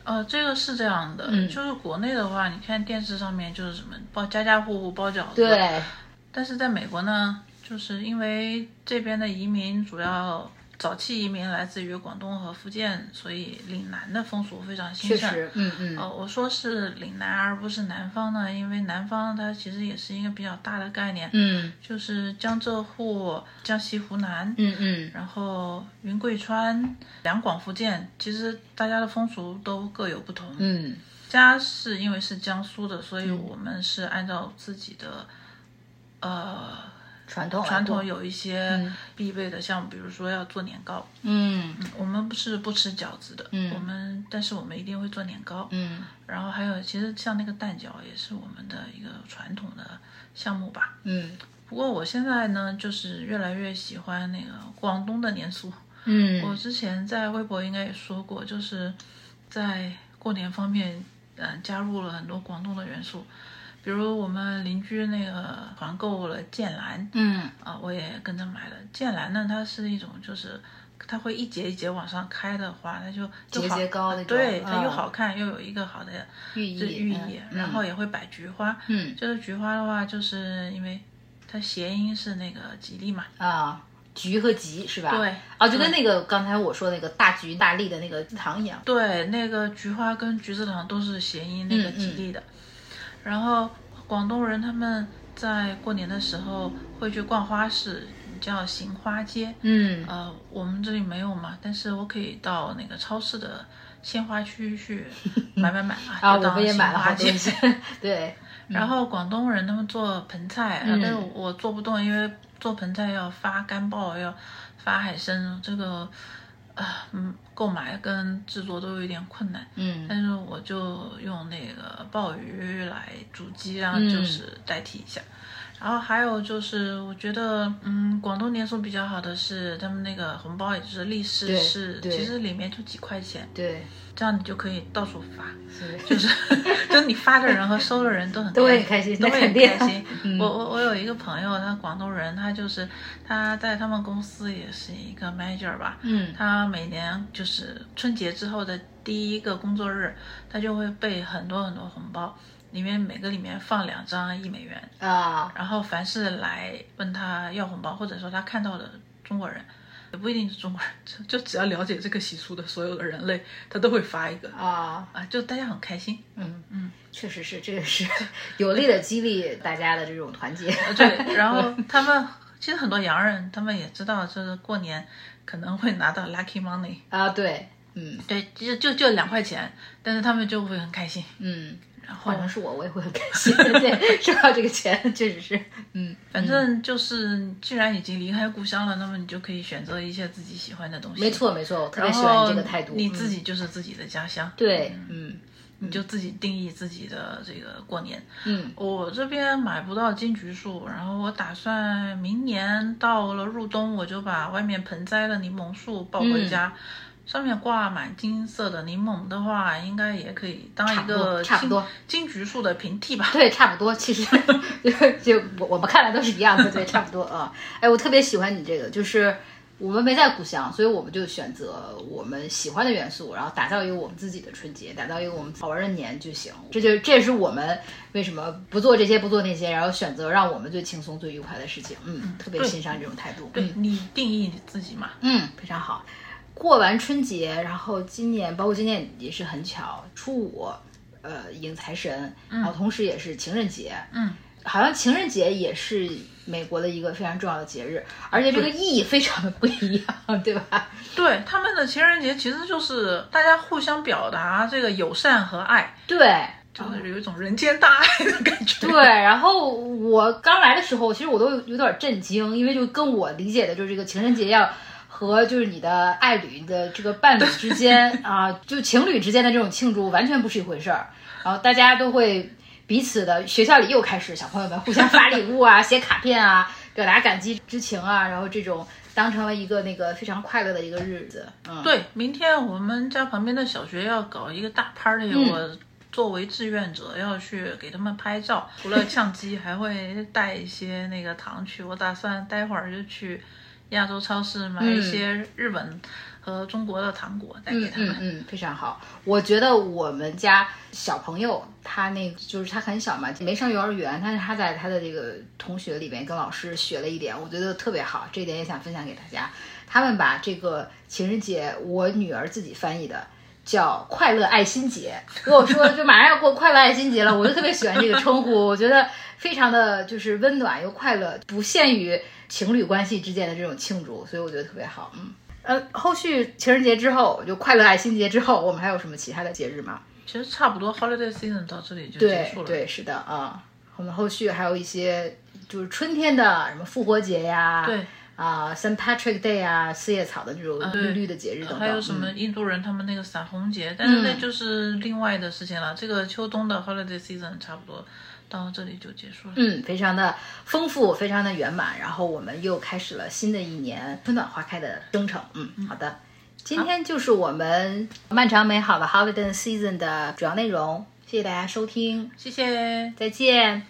Speaker 1: 呃，这个是这样的，
Speaker 2: 嗯
Speaker 1: 就是国内的话，你看电视上面就是什么包家家户户包饺子，
Speaker 2: 对，
Speaker 1: 但是在美国呢，就是因为这边的移民主要早期移民来自于广东和福建，所以岭南的风俗非常
Speaker 2: 确
Speaker 1: 兴盛。
Speaker 2: 实，嗯嗯，
Speaker 1: 哦，我说是岭南而不是南方呢，因为南方它其实也是一个比较大的概念，
Speaker 2: 嗯
Speaker 1: 就是江浙沪、江西、湖南，
Speaker 2: 嗯嗯，
Speaker 1: 然后云贵川、两广、福建，其实大家的风俗都各有不同。
Speaker 2: 嗯
Speaker 1: 家是因为是江苏的，所以我们是按照自己的，呃，
Speaker 2: 传统来嗯
Speaker 1: 传
Speaker 2: 过
Speaker 1: 统，有一些必备的，像比如说要做年糕，
Speaker 2: 嗯
Speaker 1: 我们不是不吃饺子的，
Speaker 2: 嗯
Speaker 1: 我们但是我们一定会做年糕，
Speaker 2: 嗯
Speaker 1: 然后还有其实像那个蛋饺也是我们的一个传统的项目吧。
Speaker 2: 嗯
Speaker 1: 不过我现在呢，就是越来越喜欢那个广东的年俗。我
Speaker 2: 嗯，
Speaker 1: 之前在微博应该也说过，就是在过年方面，嗯、加入了很多广东的元素，比如我们邻居那个团购了剑兰，
Speaker 2: 嗯
Speaker 1: 啊、我也跟着买了。剑兰呢，它是一种就是它会一节一节往上开的花，它就又好
Speaker 2: 节节高那
Speaker 1: 啊
Speaker 2: 种
Speaker 1: 对，它又
Speaker 2: 嗯
Speaker 1: 好看，又有一个好的
Speaker 2: 寓
Speaker 1: 就
Speaker 2: 意
Speaker 1: 寓意，
Speaker 2: 嗯
Speaker 1: 然后也会摆菊花。
Speaker 2: 嗯
Speaker 1: 就是菊花的话，就是因为它谐音是那个吉利嘛，
Speaker 2: 啊。橘和吉是吧？
Speaker 1: 对嗯
Speaker 2: 啊，就跟
Speaker 1: 对
Speaker 2: 那个刚才我说那个大橘大利的那个糖一样。
Speaker 1: 对，那个菊花跟橘子糖都是谐音那个
Speaker 2: 嗯嗯
Speaker 1: 吉利的。然后广东人他们在过年的时候会去逛花市，叫行花街。
Speaker 2: 嗯
Speaker 1: 呃，我们这里没有嘛，但是我可以到那个超市的鲜花区去买买买啊，
Speaker 2: 啊，
Speaker 1: 就
Speaker 2: 我
Speaker 1: 当
Speaker 2: 们也买
Speaker 1: 鲜
Speaker 2: 了
Speaker 1: 花
Speaker 2: 好
Speaker 1: 街
Speaker 2: 东西。 对，
Speaker 1: 然后广东人他们做盆菜，啊
Speaker 2: 嗯
Speaker 1: 但是我做不动，因为做盆菜要发干鲍，要发海参，这个啊，嗯，购买跟制作都有一点困难。
Speaker 2: 嗯
Speaker 1: 但是我就用那个鲍鱼来煮鸡，然后
Speaker 2: 嗯
Speaker 1: 就是代替一下。然后还有就是，我觉得，嗯，广东年俗比较好的是他们那个红包，也就是利
Speaker 2: 对
Speaker 1: 是是，
Speaker 2: 对
Speaker 1: 其实里面就几块钱，
Speaker 2: 对，
Speaker 1: 这样你就可以到处发。
Speaker 2: 是
Speaker 1: 就是 就是你发的人和收的人都很
Speaker 2: 都会很开心
Speaker 1: 都
Speaker 2: 那
Speaker 1: 会
Speaker 2: 肯
Speaker 1: 很
Speaker 2: 定
Speaker 1: 开心。
Speaker 2: 嗯
Speaker 1: 我我我有一个朋友，他广东人，他就是他在他们公司也是一个 manager 吧，
Speaker 2: 嗯
Speaker 1: 他每年就是春节之后的第一个工作日，他就会备很多很多红包，里面每个里面放两张一美元，
Speaker 2: 啊，
Speaker 1: 然后凡是来问他要红包，或者说他看到的中国人。也不一定是中国人，就就只要了解这个习俗的所有的人类，他都会发一个
Speaker 2: 啊，
Speaker 1: 啊，就大家很开心。
Speaker 2: 嗯
Speaker 1: 嗯，
Speaker 2: 确实是，这个是 有力的激励大家的这种 团结。
Speaker 1: 呃对，然后他们其实很多洋人，他们也知道，就是过年可能会拿到 lucky money，
Speaker 2: 啊，对，嗯
Speaker 1: 对，就就就两块钱，但是他们就会很开心。
Speaker 2: 嗯，
Speaker 1: 然后
Speaker 2: 换成是我，我也会很开心。 对，收到这个钱确 实是，嗯，
Speaker 1: 反正就是，既然已经离开故乡了，那么你就可以选择一些自己喜欢的东西。
Speaker 2: 没，错没错，我特别
Speaker 1: 然
Speaker 2: 喜欢
Speaker 1: 后
Speaker 2: 你这个态度。
Speaker 1: 你自
Speaker 2: 嗯
Speaker 1: 己就是自己的家乡，
Speaker 2: 对，嗯
Speaker 1: 你就自己定义自己的这个过年。
Speaker 2: 嗯
Speaker 1: 我这边买不到金桔树，然后我打算明年到了入冬，我就把外面盆栽的柠檬树抱回家。
Speaker 2: 嗯
Speaker 1: 上面挂满金色的柠檬的话，应该也可以当一个
Speaker 2: 差不多差不
Speaker 1: 金
Speaker 2: 多
Speaker 1: 金桔树的平替吧。
Speaker 2: 对，差不多，其实就我我们看来都是一样的，对，差不多啊。哎，我特别喜欢你这个，就是我们没在故乡，所以我们就选择我们喜欢的元素，然后打造一个我们自己的春节，打造一个我们好玩的年就行。这就这也是我们为什么不做这些不做那些，然后选择让我们最轻松最愉快的事情。嗯，特别
Speaker 1: 对
Speaker 2: 欣赏这种态度。
Speaker 1: 对
Speaker 2: 嗯
Speaker 1: 你定义你自己嘛。
Speaker 2: 嗯，非常好。过完春节，然后今年包括今年也是很巧，初五，呃，迎财神，然后同时也是情人节，
Speaker 1: 嗯，
Speaker 2: 好像情人节也是美国的一个非常重要的节日，而且这个意义非常的不一样，对吧？
Speaker 1: 对，他们的情人节其实就是大家互相表达这个友善和爱，
Speaker 2: 对。
Speaker 1: 就是有一种人间大爱的感觉。
Speaker 2: 对，然后我刚来的时候，其实我都有有点震惊，因为就跟我理解的，就是这个情人节要和就是你的爱侣、你的这个伴侣之间啊，就情侣之间的这种庆祝完全不是一回事儿。然后大家都会彼此的，学校里又开始小朋友们互相发礼物啊、写卡片啊、表达感激之情啊，然后这种当成了一个那个非常快乐的一个日子。嗯，
Speaker 1: 对，明天我们家旁边的小学要搞一个大 party，、我
Speaker 2: 嗯
Speaker 1: 作为志愿者要去给他们拍照，除 了相机，还会带一些那个糖去。我打算待会儿就去亚洲超市买一些日本和中国的糖果带给他们。
Speaker 2: 嗯嗯嗯，非常好。我觉得我们家小朋友他那个就是他很小嘛，没上幼儿园，但是他在他的这个同学里边跟老师学了一点，我觉得特别好，这一点也想分享给大家。他们把这个情人节，我女儿自己翻译的。叫快乐爱心节，跟我说就马上要过快乐爱心节了， 我就特别喜欢这个称呼，我觉得非常的就是温暖又快乐，不限于情侣关系之间的这种庆祝，所以我觉得特别好。嗯，呃，后续情人节之后，就快乐爱心节之后，我们还有什么其他的节日吗？
Speaker 1: 其实差不多，holiday season 到这里就结
Speaker 2: 对
Speaker 1: 束了。
Speaker 2: 对，是的啊、我们后续还有一些就是春天的什么复活节呀，
Speaker 1: 对
Speaker 2: 啊、s a n t Patrick Day 啊，四叶草的这种
Speaker 1: 对
Speaker 2: 绿绿的节日等等，
Speaker 1: 还有什
Speaker 2: 嗯
Speaker 1: 么印度人他们那个撒红节，但是那就是另外的事情了。这个秋冬的 holiday season 差不多到这里就结束了。
Speaker 2: 嗯，非常的丰富，非常的圆满。然后我们又开始了新的一年春暖花开的征程。嗯，好的，今天就是我们漫长美好的 holiday season 的主要内容。谢谢大家收听，
Speaker 1: 谢谢。
Speaker 2: 再见。